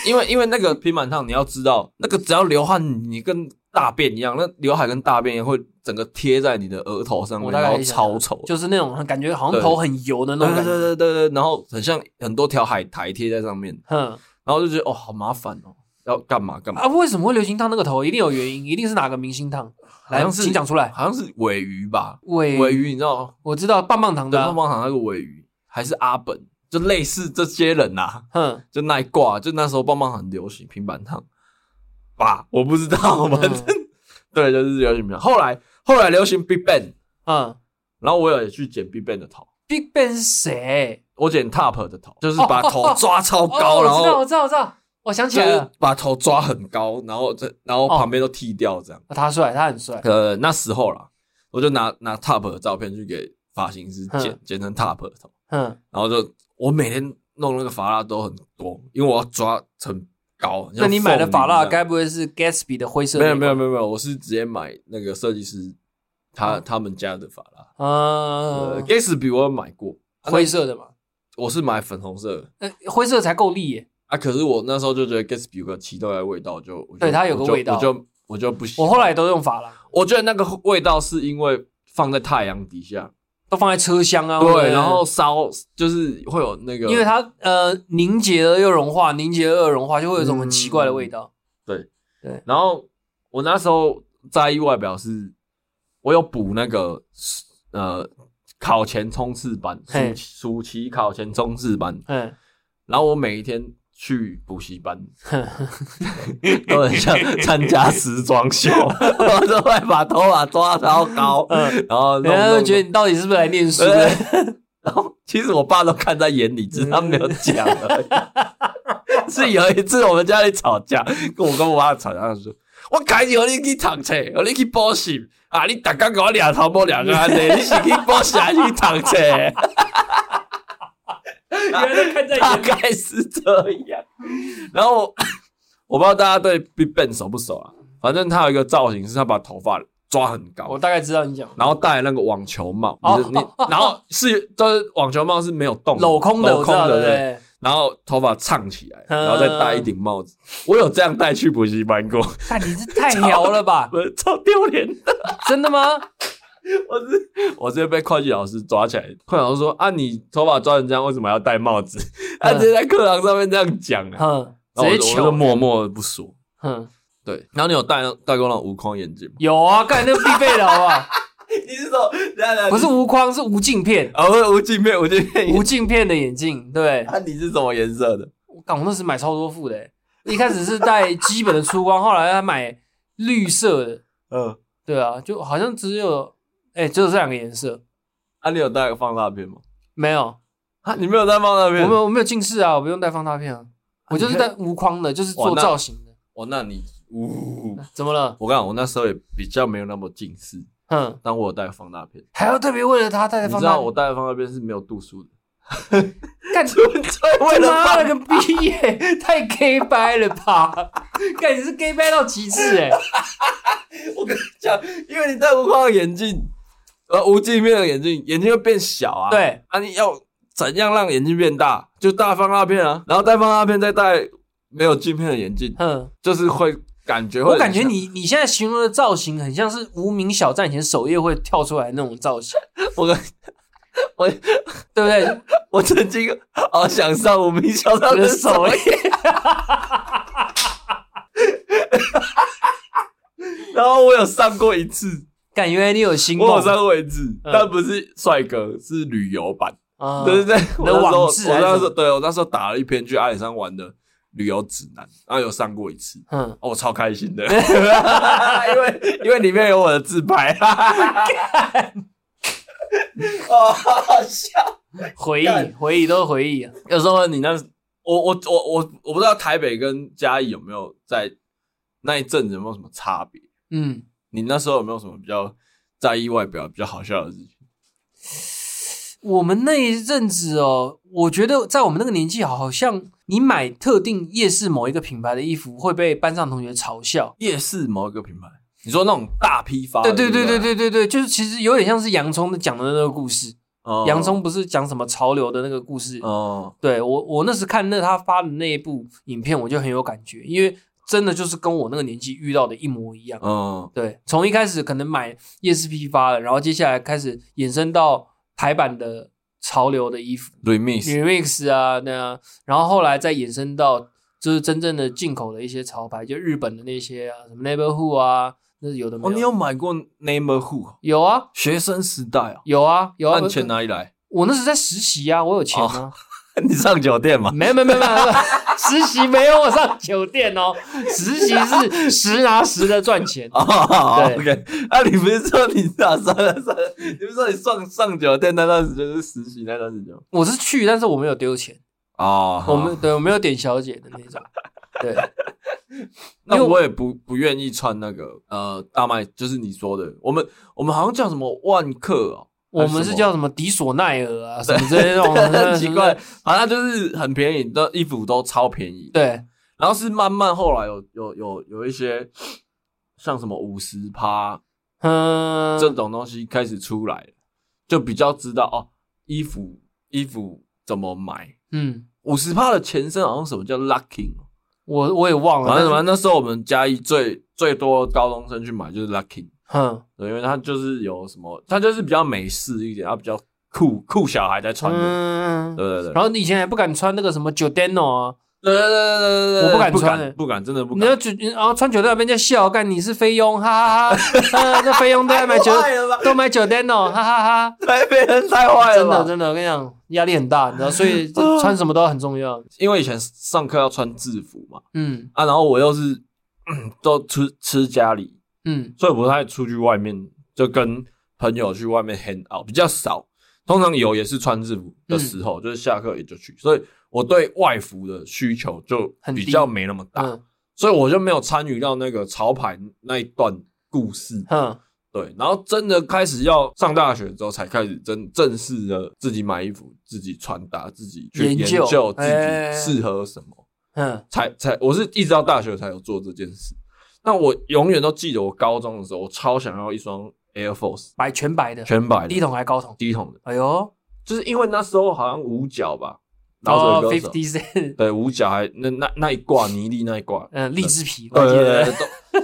S2: 因为因为那个平板烫，你要知道，那个只要流汗，你跟大便一样，那刘海跟大便一样会整个贴在你的额头上面，
S1: 我大
S2: 然
S1: 概
S2: 后
S1: 也想
S2: 超丑。
S1: 就是那种感觉好像
S2: 对
S1: 头很油的那
S2: 对
S1: 种
S2: 对
S1: 感
S2: 对
S1: 觉。
S2: 对对对，然后很像很多条海苔贴在上面，
S1: 哼
S2: 然后就觉得哦，好麻烦哦，要干嘛干嘛，
S1: 啊，为什么会流行烫那个头？一定有原因，一定是哪个明星烫？
S2: 好
S1: 来，
S2: 像是
S1: 请讲出来。
S2: 好像是尾鱼吧，
S1: 尾
S2: 尾鱼你知道，
S1: 我知道棒棒糖
S2: 对，
S1: 的啊、
S2: 棒棒糖那个尾鱼还是阿本，就类似这些人呐、啊，
S1: 哼，
S2: 就那一挂，就那时候棒棒很流行平板烫吧，我不知
S1: 嗯
S2: 道，反正、对，就是流行平板。后来后来流行 Big Bang，
S1: 嗯
S2: 然后我有去剪 Big Bang 的头，
S1: ，Big Bang 是谁？
S2: 我剪 Top 的头，就是把头抓超高，
S1: 哦，
S2: 然
S1: 我知道，我
S2: 后
S1: 知道，我知道，我想起
S2: 就
S1: 来
S2: 是
S1: 了，
S2: 把头抓很高，然后这然后
S1: 哦
S2: 旁边都剃掉这样。
S1: 啊他帅，他很帅。
S2: 呃，那时候啦，我就拿拿 Top 的照片去给发型师剪
S1: 嗯，
S2: 剪成 Top 的头，
S1: 哼，
S2: 然后就我每天弄那个发蜡都很多，因为我要抓很高。
S1: 那你买的发
S2: 蜡
S1: 蜡该不会是 Gatsby 的灰色？
S2: 没有没有没有没有，我是直接买那个设计师
S1: 哦
S2: 他他们家的发蜡。
S1: 有，
S2: 呃
S1: 啊，
S2: ，Gatsby 我有买过，
S1: 灰色的嘛，
S2: 我是买粉红色的
S1: 呃，灰色才够力耶。
S2: 啊。可是我那时候就觉得 Gatsby 有个奇怪的味道，就我就
S1: 对它有个
S2: 我就
S1: 味道
S2: 我就我就不喜
S1: 我
S2: 欢。
S1: 后来都用法郎，
S2: 我觉得那个味道是因为放在太阳底下，
S1: 都放在车厢啊。或者
S2: 对，然后烧就是会有那个，
S1: 因为它呃凝结了又融化，凝结了又融化，就会有一种很奇怪的味道。
S2: 然后我那时候在意外表是，我有补那个呃考前冲刺班，
S1: 嘿
S2: 暑暑期考前冲刺班，
S1: 嗯，
S2: 然后我每一天去补习班，
S1: 嗯
S2: 都很像参加时装秀， 我都会把头发抓超高，然后弄
S1: 人家
S2: 弄
S1: 会嗯哎觉得 你到底是不是来念书的？
S2: 对 然后其实我爸都看在眼里，只是他没有讲而已。 是有一次我们家里吵架，跟我跟我妈吵架，他说：“我改你，你去读册，让你去补习啊！你大刚给我两头毛两个安尼，你是去补习还是去读册？”
S1: 原来看在
S2: 大概是这样。
S1: 嗯
S2: 然后 我我不知道大家对 Big Bang 熟不熟啊，反正他有一个造型是他把头发抓很
S1: 我
S2: 高，
S1: 大概知道你 讲
S2: 然后戴那个网球帽，
S1: 哦
S2: 你就你然后是就是网球帽是没有洞的，
S1: 镂空的，
S2: 镂
S1: 我知
S2: 空
S1: 道对
S2: 的
S1: 不
S2: 对。
S1: 对？
S2: 然后头发唱起来，
S1: 嗯
S2: 然后再戴一顶帽子。我有这样带去补习班过，
S1: 看你是太聊了吧？
S2: 我超丢脸的。
S1: 真的 吗？
S2: 我是我直接被会计老师抓起来，会计老师说：“啊，你头发抓成这样，为什么要戴帽子？”他直接在课堂上面这样讲啊，
S1: 哼，嗯直
S2: 然后
S1: 接
S2: 我就我就
S1: 糗。
S2: 默默的不说。
S1: 哼，
S2: 对，然后你有戴戴过那种无框眼镜吗？
S1: 有啊，干那个必备的好不好？
S2: 你是说，
S1: 不是无框，是无镜 片，
S2: 啊，我无镜片，无镜片。
S1: 无镜片的眼镜。对，
S2: 啊，你是什么颜色的？
S1: 我干，我那时买超多副的欸，一开始是带基本的粗光，后来他买绿色的，
S2: 嗯，
S1: 对啊，就好像只有哎、只有这两个颜色，
S2: 啊，你有戴放大片吗？
S1: 没有，
S2: 啊，你没有在放那
S1: 我
S2: 边？
S1: 没有我没有近视啊，我不用戴放大片啊，我就是戴无框的，就是做
S2: 哇那
S1: 造型的。
S2: 哦，那你，呜，
S1: 怎么了？
S2: 我跟你讲，我那时候也比较没有那么近视，
S1: 哼，
S2: 但我有带放大片。
S1: 还要特别为了他戴
S2: 你
S1: 放
S2: 知
S1: 大
S2: 道
S1: 片？
S2: 我带的放大片是没有度数 的，
S1: 干
S2: 对，为了
S1: 妈
S2: 放
S1: 了个逼耶、太 gay 掰了吧？干你是 gay 掰到极致 哎、
S2: 我跟你讲，因为你戴无框的眼镜，呃，无镜面的眼镜，眼睛会变小啊。
S1: 对，
S2: 啊，你要怎样让眼睛变大？就戴放大片啊，然后戴放大片，再戴没有镜片的眼镜，
S1: 哼，
S2: 就是会感觉会
S1: 我
S2: 很像。
S1: 感觉你你现在形容的造型很像是无名小站以前首页会跳出来那种造型，
S2: 我跟
S1: 对 不对？
S2: 我曾经好想上无名小站
S1: 我
S2: 的
S1: 的
S2: 首
S1: 首
S2: 页，
S1: 页，
S2: 然后我有上过一次，
S1: 感觉你有心
S2: 我
S1: 梦
S2: 有上过一次，
S1: 嗯
S2: 但不是帅哥，是旅游版。
S1: 啊
S2: 对对对，我
S1: 的
S2: 那时候
S1: 网志
S2: 我
S1: 还是
S2: 那时
S1: 什
S2: 候
S1: 么
S2: 对我那时候打了一篇去阿里山玩的旅游指南，然后有上过一次，
S1: 嗯，
S2: 哦，我超开心的， 因为因为里面有我的自拍，哦，好好笑。
S1: 回忆
S2: 干
S1: 回忆都是回忆啊。
S2: 有时候你那我我我我我不知道台北跟嘉义有没有在那一阵子有没有什么差别？
S1: 嗯，
S2: 你那时候有没有什么比较在意外表、比较好笑的事情？
S1: 我们那一阵子哦，我觉得在我们那个年纪，好像你买特定夜市某一个品牌的衣服会被班上同学嘲笑。
S2: 夜市某一个品牌，你说那种大批发的？
S1: 对对对
S2: 不
S1: 对对对对，就是其实有点像是洋葱的讲的那个故事。
S2: 哦
S1: 洋葱不是讲什么潮流的那个故事？
S2: 哦，
S1: 对我我那时看那他发的那一部影片，我就很有感觉，因为真的就是跟我那个年纪遇到的一模一样。
S2: 嗯，
S1: 对，从一开始可能买夜市批发的，然后接下来开始衍生到台版的潮流的衣服
S2: remix，
S1: ，remix 啊，那啊然后后来再衍生到就是真正的进口的一些潮牌，就日本的那些啊，什么 neighborhood 啊，那有的没
S2: 哦，
S1: 有？
S2: 你有买过 Neighborhood 哦
S1: 有啊，
S2: 学生时代哦？
S1: 有啊，有啊
S2: 那。你钱哪里来？
S1: 我那时在实习啊，我有钱
S2: 哦
S1: 啊。
S2: 你上酒店 嘛？
S1: 没有没有没有没有， 没有实习没有我上酒店哦，实习是实拿实的赚钱。
S2: 哦
S1: 对
S2: ，OK，那你不是说你打算上？你不是说你上上酒店那段时间是实习那段时间吗？
S1: 我是去，但是我没有丢钱，
S2: 哦
S1: 我们对我没有点小姐的那种。对，因
S2: 那
S1: 为我
S2: 我也不不愿意穿那个呃大麦，就是你说的，我们我们好像叫什么万克哦，
S1: 我们是叫
S2: 么？啊
S1: 什么迪索奈尔啊，什么之类的那种
S2: 很奇。怪
S1: 对，
S2: 好像就是很便宜，的衣服都超便宜。
S1: 对，
S2: 然后是慢慢后来有有有有一些像什么五十趴
S1: 嗯，
S2: 这种东西开始出来了，就比较知道哦，衣服衣服怎么买。
S1: 嗯，
S2: 五十趴的前身好像什么叫 locking，哦
S1: 我我也忘了，
S2: 反
S1: 但
S2: 正
S1: 哦是
S2: 反正那时候我们嘉义最最多高中生去买就是 locking，
S1: 哼，
S2: 对，因为它就是有什么，它就是比较美式一点，它比较酷酷小孩在穿的，
S1: 嗯，
S2: 对对对，
S1: 然后你以前还不敢穿那个什么 Jordano 啊，
S2: 对对对对对对，
S1: 我不敢
S2: 不
S1: 穿欸
S2: 敢不敢，真的不
S1: 你要
S2: 敢，
S1: 九，然后穿 Jordano 被人家笑，干你是菲佣，哈哈 哈，呃那菲佣都在
S2: 哎
S1: 买九，
S2: 了吧？
S1: 都买 Jordano，哈哈哈。
S2: 台北人哎太坏了
S1: 真的
S2: 吧，啊
S1: 真的，我跟你讲，压力很大，你知道，所 以这穿什么都很重要。
S2: 因为以前上课要穿制服嘛，
S1: 嗯
S2: 啊，然后我又是、嗯都吃吃家里，
S1: 嗯
S2: 所以不太出去外面，就跟朋友去外面 hang out 比较少。通常有也是穿制服
S1: 嗯
S2: 的时候，就是下课也就去，所以我对外服的需求就
S1: 很低
S2: 比较没那么大，
S1: 嗯
S2: 所以我就没有参与到那个潮牌那一段故 事。
S1: 嗯哼，
S2: 对，然后真的开始要上大学之后，才开始真正式的自己买衣服、自己穿搭、自己去
S1: 研
S2: 研
S1: 究
S2: 究自
S1: 哎
S2: 己适合什么。
S1: 嗯
S2: 才才，我是一直到大学才有做这件事。那我永远都记得，我高中的时候，我超想要一双 Air Force
S1: 白全白的，
S2: 全白
S1: 低
S2: 的
S1: 筒还高筒。
S2: 低筒的，
S1: 哎呦，
S2: 就是因为那时候好像五角吧，老
S1: 哦
S2: 水歌手、
S1: ，fifty cent，
S2: 对五角还那那那一挂泥粒那一挂，
S1: 嗯，荔枝皮，我
S2: 对
S1: 记
S2: 对
S1: 得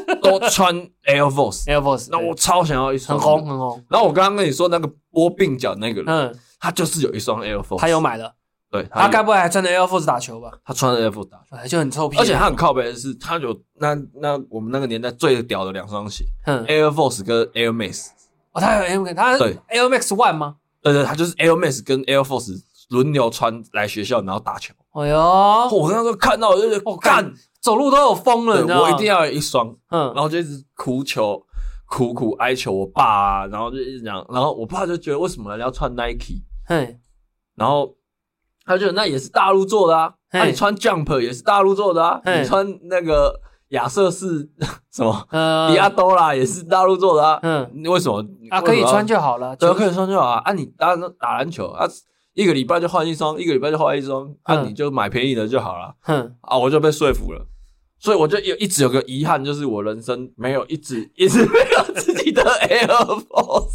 S2: 对，都 都穿 Air Force，
S1: Air Force，
S2: 那我超想要一双，
S1: 很红。很红。
S2: 然后我刚刚跟你说那个波鬓角那个人，
S1: 嗯，
S2: 他就是有一双 Air Force，
S1: 他有，买了，
S2: 对，他
S1: 他该
S2: 有
S1: 不会还穿着 Air Force 打球吧？
S2: 他穿 Air Force 打球，
S1: 哎就很臭屁。
S2: 而且他很靠背的是，他有那那我们那个年代最屌的两双鞋。
S1: 嗯，
S2: Air Force 跟 Air Max，
S1: 哦，他有 Air，他
S2: 对
S1: Air Max One 吗？
S2: 对对，他就是 Air Max 跟 Air Force 轮流穿来学校，然后打球。
S1: 哎呦，
S2: 我那时候看到，我就觉得
S1: 哦
S2: 我干，
S1: 走路都有风了，
S2: 对
S1: 你知道吗？
S2: 我一定要有一双，然
S1: 嗯，
S2: 后就一直苦求、苦苦哀求我爸啊，然后就一直讲，然后我爸就觉得为什么人家穿 Nike，
S1: 嘿，
S2: 然后他就那也是大陆做的啊，
S1: 嘿
S2: 那你穿 Jump 也是大陆做的啊，
S1: 嘿
S2: 你穿那个亚瑟士 什么
S1: 呃
S2: 迪，亚多啦也是大陆做的啊，
S1: 嗯
S2: 啊你为什么
S1: 啊，可以穿就好了，
S2: 对啊，
S1: 就
S2: 可以穿就好啊，啊你打打篮球啊，一个礼拜就换一双，一个礼拜就换一双，啊
S1: 嗯
S2: 你就买便宜的就好了
S1: 哼，
S2: 啊，我就被说服了。所以我就有一直有个遗憾，就是我人生没有一直一直没有自己的 Air Force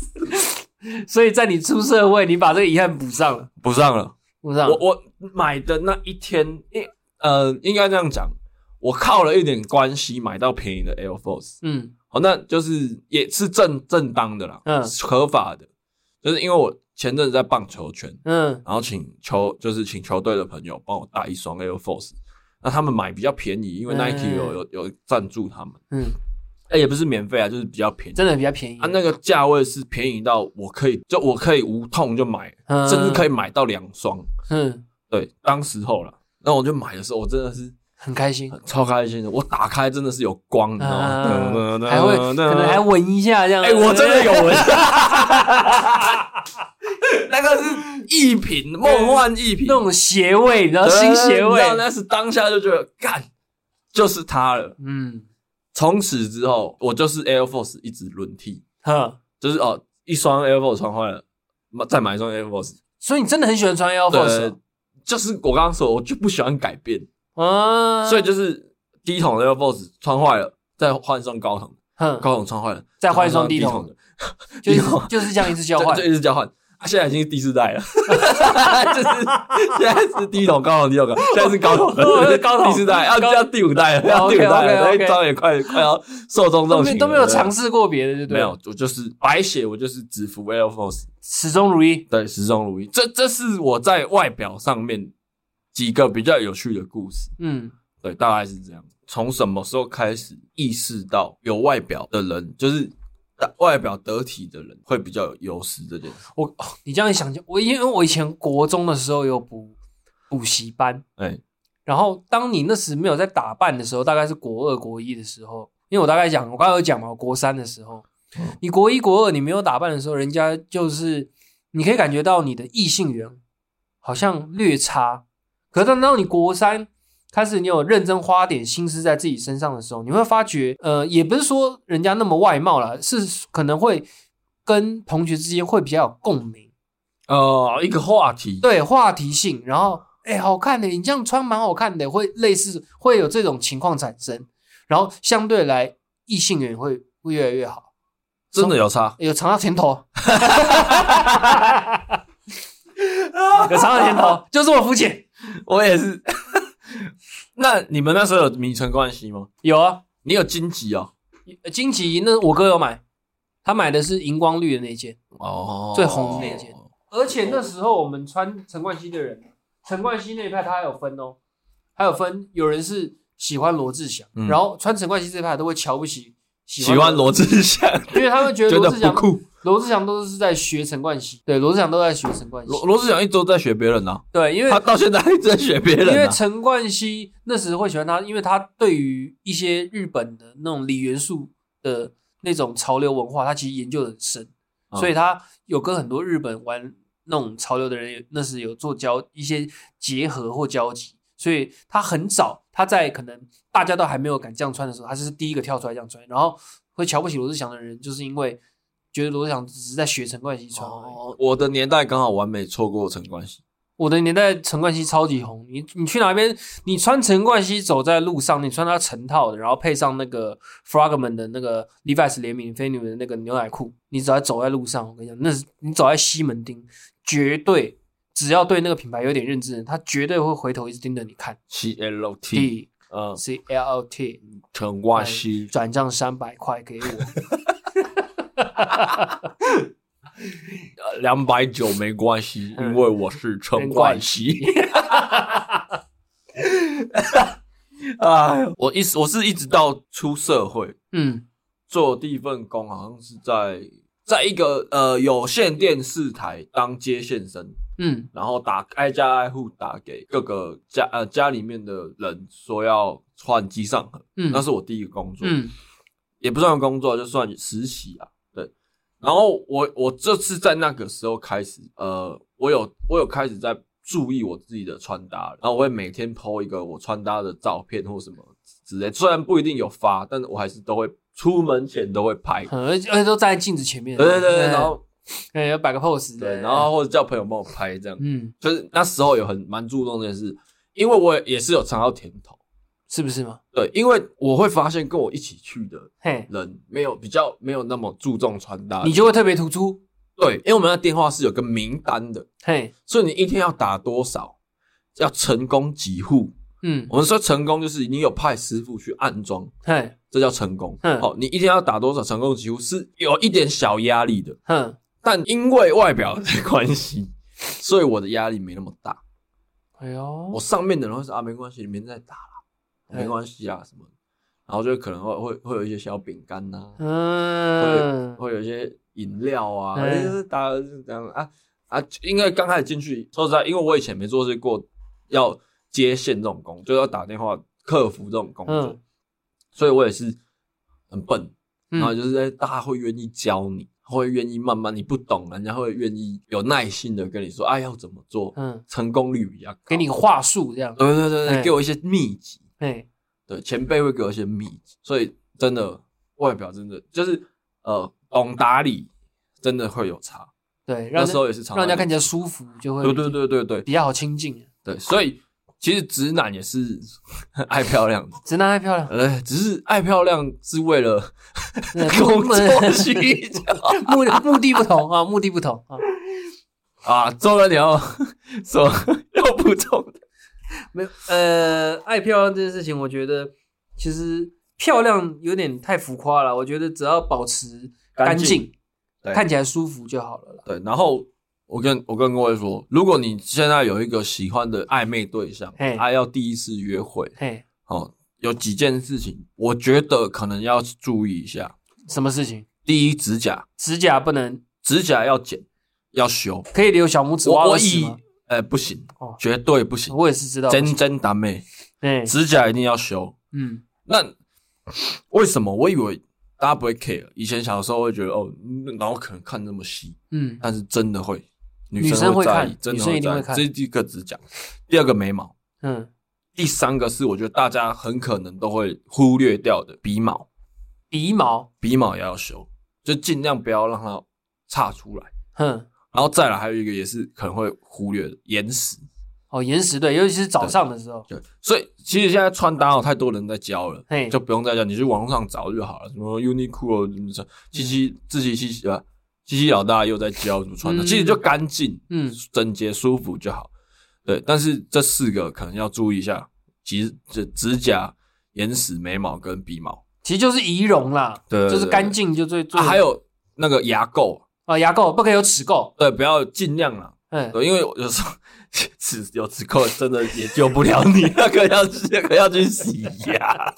S1: 所以在你出社会，你把这个遗憾 补上了，
S2: 不上了。
S1: 补上了
S2: 我，我买的那一天，应呃应该这样讲，我靠了一点关系买到便宜的 Air Force，
S1: 嗯
S2: 哦，那就是也是正正当的啦，
S1: 嗯
S2: 是合法的，就是因为我前阵子在棒球圈，
S1: 嗯
S2: 然后请球就是请球队的朋友帮我带一双 Air Force，那他们买比较便宜，因为
S1: 嗯
S2: Nike 有有有赞助他们，
S1: 嗯，
S2: 哎、也不是免费啊，就是比较便宜。
S1: 真的比较便宜
S2: 啊，那个价位是便宜到我可以，就我可以无痛就买，
S1: 嗯
S2: 甚至可以买到两双。
S1: 嗯，
S2: 对，当时候了。那我就买的时候，我真的是
S1: 很开心，
S2: 超开心的。我打开真的是有光，你知道
S1: 啊
S2: 吗？
S1: 还会可能还闻一下这样，
S2: 哎、我真的有闻。那个是一品，梦幻一品，
S1: 那种邪味，你知道新邪味
S2: 你知，道那是当下就觉得干，就是它了。
S1: 嗯，
S2: 从此之后，我就是 Air Force 一直轮替，
S1: 呵，
S2: 就是哦，一双 Air Force 穿坏了，再买一双 Air Force。
S1: 所以你真的很喜欢穿 Air
S2: 对
S1: Force，，
S2: 就是我刚刚说，我就不喜欢改变。
S1: 哦啊，
S2: 所以就是低筒的 Air Force 穿坏了，再换一双高筒，
S1: 哼，
S2: 高筒穿坏了，
S1: 再换一双低
S2: 低
S1: 筒
S2: 筒的，
S1: 就是就是这样一次交换
S2: 就，就一直交换。啊，现在已经是第四 代了，就是现在是低筒、高筒、低筒，高筒现在是高筒
S1: 哦
S2: 了，
S1: 高筒
S2: 第四代，要
S1: 高
S2: 要第五代了，要第五代了，
S1: OK，OK，OK
S2: 那一张也快快要寿终
S1: 都
S2: 正
S1: 没
S2: 寝了，
S1: 都没有
S2: 对
S1: 尝，试过别的，对不对？
S2: 没有，，我就是白写，我就是只服 Air Force，
S1: 始终如一。
S2: 对，始终如一。这这是我在外表上面几个比较有趣的故事。
S1: 嗯
S2: 对，大概是这样。从什么时候开始意识到有外表的人，就是外表得体的人会比较有优势这件事？，
S1: 我哦你这样一想，就我因为我以前国中的时候有补补习班，
S2: 哎、
S1: 然后当你那时没有在打扮的时候，大概是国二国一的时候，因为我大概讲，我刚刚有讲嘛，我国三的时候
S2: 嗯，
S1: 你国一国二你没有打扮的时候，人家就是你可以感觉到你的异性缘好像略差，可是当到你国三开始，你有认真花点心思在自己身上的时候，你会发觉，呃，也不是说人家那么外貌啦，是可能会跟同学之间会比较有共鸣。
S2: 呃，一个话题，
S1: 对话题性，然后哎、好看的，你这样穿蛮好看的，会类似会有这种情况产生，然后相对来异性缘会会越来越好，
S2: 真的有差。
S1: 有尝到甜头， 有尝到甜头，就这么肤浅，
S2: 我也是。 那你们那时候有名称关系吗？
S1: 有啊，
S2: 你有荆棘哦？
S1: 金吉那我哥有买，他买的是荧光绿的那件，
S2: 哦
S1: 最红的那件而且那时候我们穿陈冠希的人，陈冠希那一派他还有分哦，还有分有人是喜欢罗志祥，
S2: 嗯
S1: 然后穿陈冠希这一派都会瞧不起喜
S2: 喜欢，罗志祥，
S1: 因为他们觉得
S2: 觉
S1: 罗
S2: 得
S1: 志
S2: 不
S1: 祥
S2: 酷。
S1: 罗志祥都是在学陈冠希，对，罗志祥都在学陈冠希，
S2: 罗罗志祥一直都在学别人啊，
S1: 对，因为
S2: 他到现在还一直在学别
S1: 因为
S2: 人啊。
S1: 陈冠希那时会喜欢他，因为他对于一些日本的那种李元素的那种潮流文化，他其实研究的很深，
S2: 嗯
S1: 所以他有跟很多日本玩那种潮流的人，那时有做交一些结合或交集，所以他很早，他在可能大家都还没有敢这样穿的时候，他是第一个跳出来这样穿，然后会瞧不起罗志祥的人，就是因为觉得罗志祥只是在学陈冠希穿而已。
S2: 哦，我的年代刚好完美错过陈冠希。
S1: 我的年代陈冠希超级红，你你去哪边，你穿陈冠希走在路上，你穿他成套的，然后配上那个 Frogman 的那个 Levi's 联名飞女的那个牛仔裤，你只要走在路上，我跟你讲，那是你走在西门町，绝对只要对那个品牌有点认知的人，他绝对会回头一直盯着你看。
S2: C L T，
S1: D
S2: 嗯，
S1: C L L T
S2: 陈冠希，
S1: 转账三百块给我，
S2: 两百九没关系，
S1: 嗯
S2: 因为我是陈冠希。 哎呦，我一直我是一直到出社会
S1: 嗯
S2: 做第一份工，好像是在在一个呃有线电视台当接线生，
S1: 嗯
S2: 然后打挨家挨户打给各个家呃家里面的人说要换机上盒，
S1: 嗯，
S2: 那是我第一个工作。
S1: 嗯
S2: 也不算工作，就算实习啊。对，然后我我这次在那个时候开始，呃，我有我有开始在注意我自己的穿搭了，然后我会每天 PO 一个我穿搭的照片或什么之类，虽然不一定有发，但是我还是都会出门前都会拍。
S1: 嗯而且而且都站在镜子前面，
S2: 对对对，对然后
S1: 哎要摆个 pose，
S2: 对，然后或者叫朋友帮我拍这样，
S1: 嗯，
S2: 就是那时候有很蛮注重这件事，因为我也也是有尝到甜头。
S1: 是不是嘛？
S2: 对，因为我会发现跟我一起去的
S1: 嘿，
S2: 人没有比较没有那么注重穿搭，
S1: 你就会特别突出，
S2: 对，因为我们的电话是有个名单的，
S1: 嘿，
S2: 所以你一天要打多少，要成功几户。
S1: 嗯，
S2: 我们说成功就是你有派师傅去暗装，
S1: 嘿，
S2: 这叫成功。哦
S1: 嗯
S2: 好、你一天要打多少成功几户是有一点小压力的，
S1: 哼，
S2: 但因为外表的 关系，所以我的压力没那么大。
S1: 哎呦
S2: 我，上面的人会说啊，没关系，你明天再打啦，没关系啊什么的，然后就可能会会会有一些小饼干啊呐，
S1: 嗯，
S2: 会有一些饮料啊，
S1: 嗯
S2: 哎就是大家就是这样啊啊，因为刚开始进去，说实在，因为我以前没做过要接线这种工，就要打电话客服这种工作，
S1: 嗯
S2: 所以我也是很笨，然后
S1: 嗯，
S2: 就是哎大家会愿意教你，会愿意慢慢你不懂，人家会愿意有耐心的跟你说，哎、要怎么做，
S1: 嗯，
S2: 成功率比较高，
S1: 给你个话术这样，
S2: 对对对
S1: 哎
S2: 对，给我一些秘籍。
S1: 嘿，
S2: 对，前辈会给我一些秘籍，所以真的外表真的就是呃懂打理，真的会有差。
S1: 对，让
S2: 那
S1: 人
S2: 时候也是常
S1: 让人家看
S2: 见。
S1: 起来舒服，就会
S2: 对对对对对
S1: 比较好亲近。
S2: 对，所以其实直男也是 爱漂亮的，
S1: 直男爱漂亮，
S2: 呃，只是爱漂亮是为了
S1: 对
S2: 工
S1: 目
S2: 作需求
S1: 目 目的不同啊，目的不同啊。
S2: 啊。周哥，你要 说要补充的
S1: 没有，呃，爱漂亮这件事情，我觉得其实漂亮有点太浮夸了。我觉得只要保持干净，
S2: 对
S1: 看起来舒服就好了啦。
S2: 对，然后。我跟我跟各位说，如果你现在有一个喜欢的暧昧对象，
S1: 嘿
S2: 还要第一次约会，
S1: 嘿，
S2: 哦，有几件事情，我觉得可能要注意一下。
S1: 什么事情？
S2: 第一，指甲，
S1: 指甲不能
S2: 指甲要剪，要修。
S1: 可以留小拇指挖
S2: 我我
S1: 耳屎
S2: 以
S1: 吗？，
S2: 呃，不行
S1: 哦，
S2: 绝对不行，
S1: 我也是知道，
S2: 真真打妹，
S1: 哎，
S2: 指甲一定要修。
S1: 嗯，
S2: 那为什么？我以为大家不会 care，以前小时候会觉得哦，嗯然后可能看那么细，
S1: 嗯，
S2: 但是真的会，女
S1: 女
S2: 生
S1: 生会
S2: 在意
S1: 看
S2: 真
S1: 女
S2: 的
S1: 生一定
S2: 在
S1: 会
S2: 意。
S1: 看
S2: 这是第一个指甲，第二个眉毛，
S1: 嗯，
S2: 第三个是我觉得大家很可能都会忽略掉的鼻毛。
S1: 鼻毛，
S2: 鼻毛也要修，就尽量不要让它岔出来。
S1: 哼，
S2: 然后再来还有一个也是可能会忽略的眼屎，
S1: 哦，岩石对，尤其是早上的时候，
S2: 对，所以其实现在穿搭哦，太多人在教了
S1: 嘿，
S2: 就不用再教，你去网络上找就好了，什么 Uniqlo 什么
S1: 嗯
S2: 什么七七自己七七啊，七七老大又在教怎么穿搭，
S1: 嗯
S2: 其实就干净、
S1: 嗯
S2: 整洁、舒服就好。对，但是这四个可能要注意一下，指指指甲、眼屎、眉毛跟鼻毛，
S1: 其实就是仪容啦，
S2: 对对对
S1: 就是干净就最最
S2: 啊，还有那个牙垢，
S1: 啊，牙垢不可以有齿垢，
S2: 对，不要尽量啊啦，
S1: 嗯，
S2: 对，因为有时候只有只扣真的也救不了你，那个要那个要去洗牙。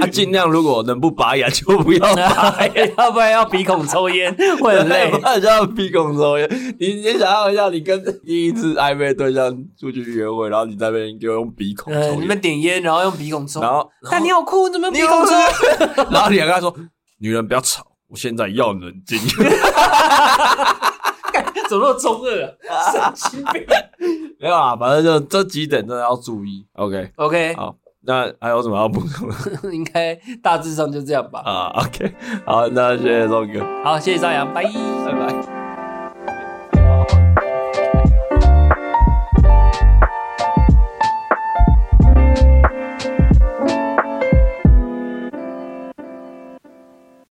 S2: 啊，尽量如果能不拔牙就不要拔牙，
S1: 要不然要鼻孔抽 烟会很累
S2: 不。然就要逼拱抽烟。你你想象一下，你跟第一次暧昧对象出去约会，然后你在那边给我用鼻孔抽
S1: 呃，你
S2: 烟，
S1: 们点烟，然后用鼻孔抽。
S2: 然后
S1: 但你好酷，怎么
S2: 你
S1: 鼻孔抽？
S2: 然后你还跟他说：“女人不要吵，我现在要冷静。
S1: 怎么那么中二 啊？神经病。”
S2: 没有啊，反正就这几点真的要注意。OK，
S1: OK，
S2: 好，那还有什么要补充的？
S1: 应该大致上就这样吧。
S2: 啊，OK，好，那谢谢宋哥，
S1: 好，谢谢张扬，拜。
S2: 拜拜。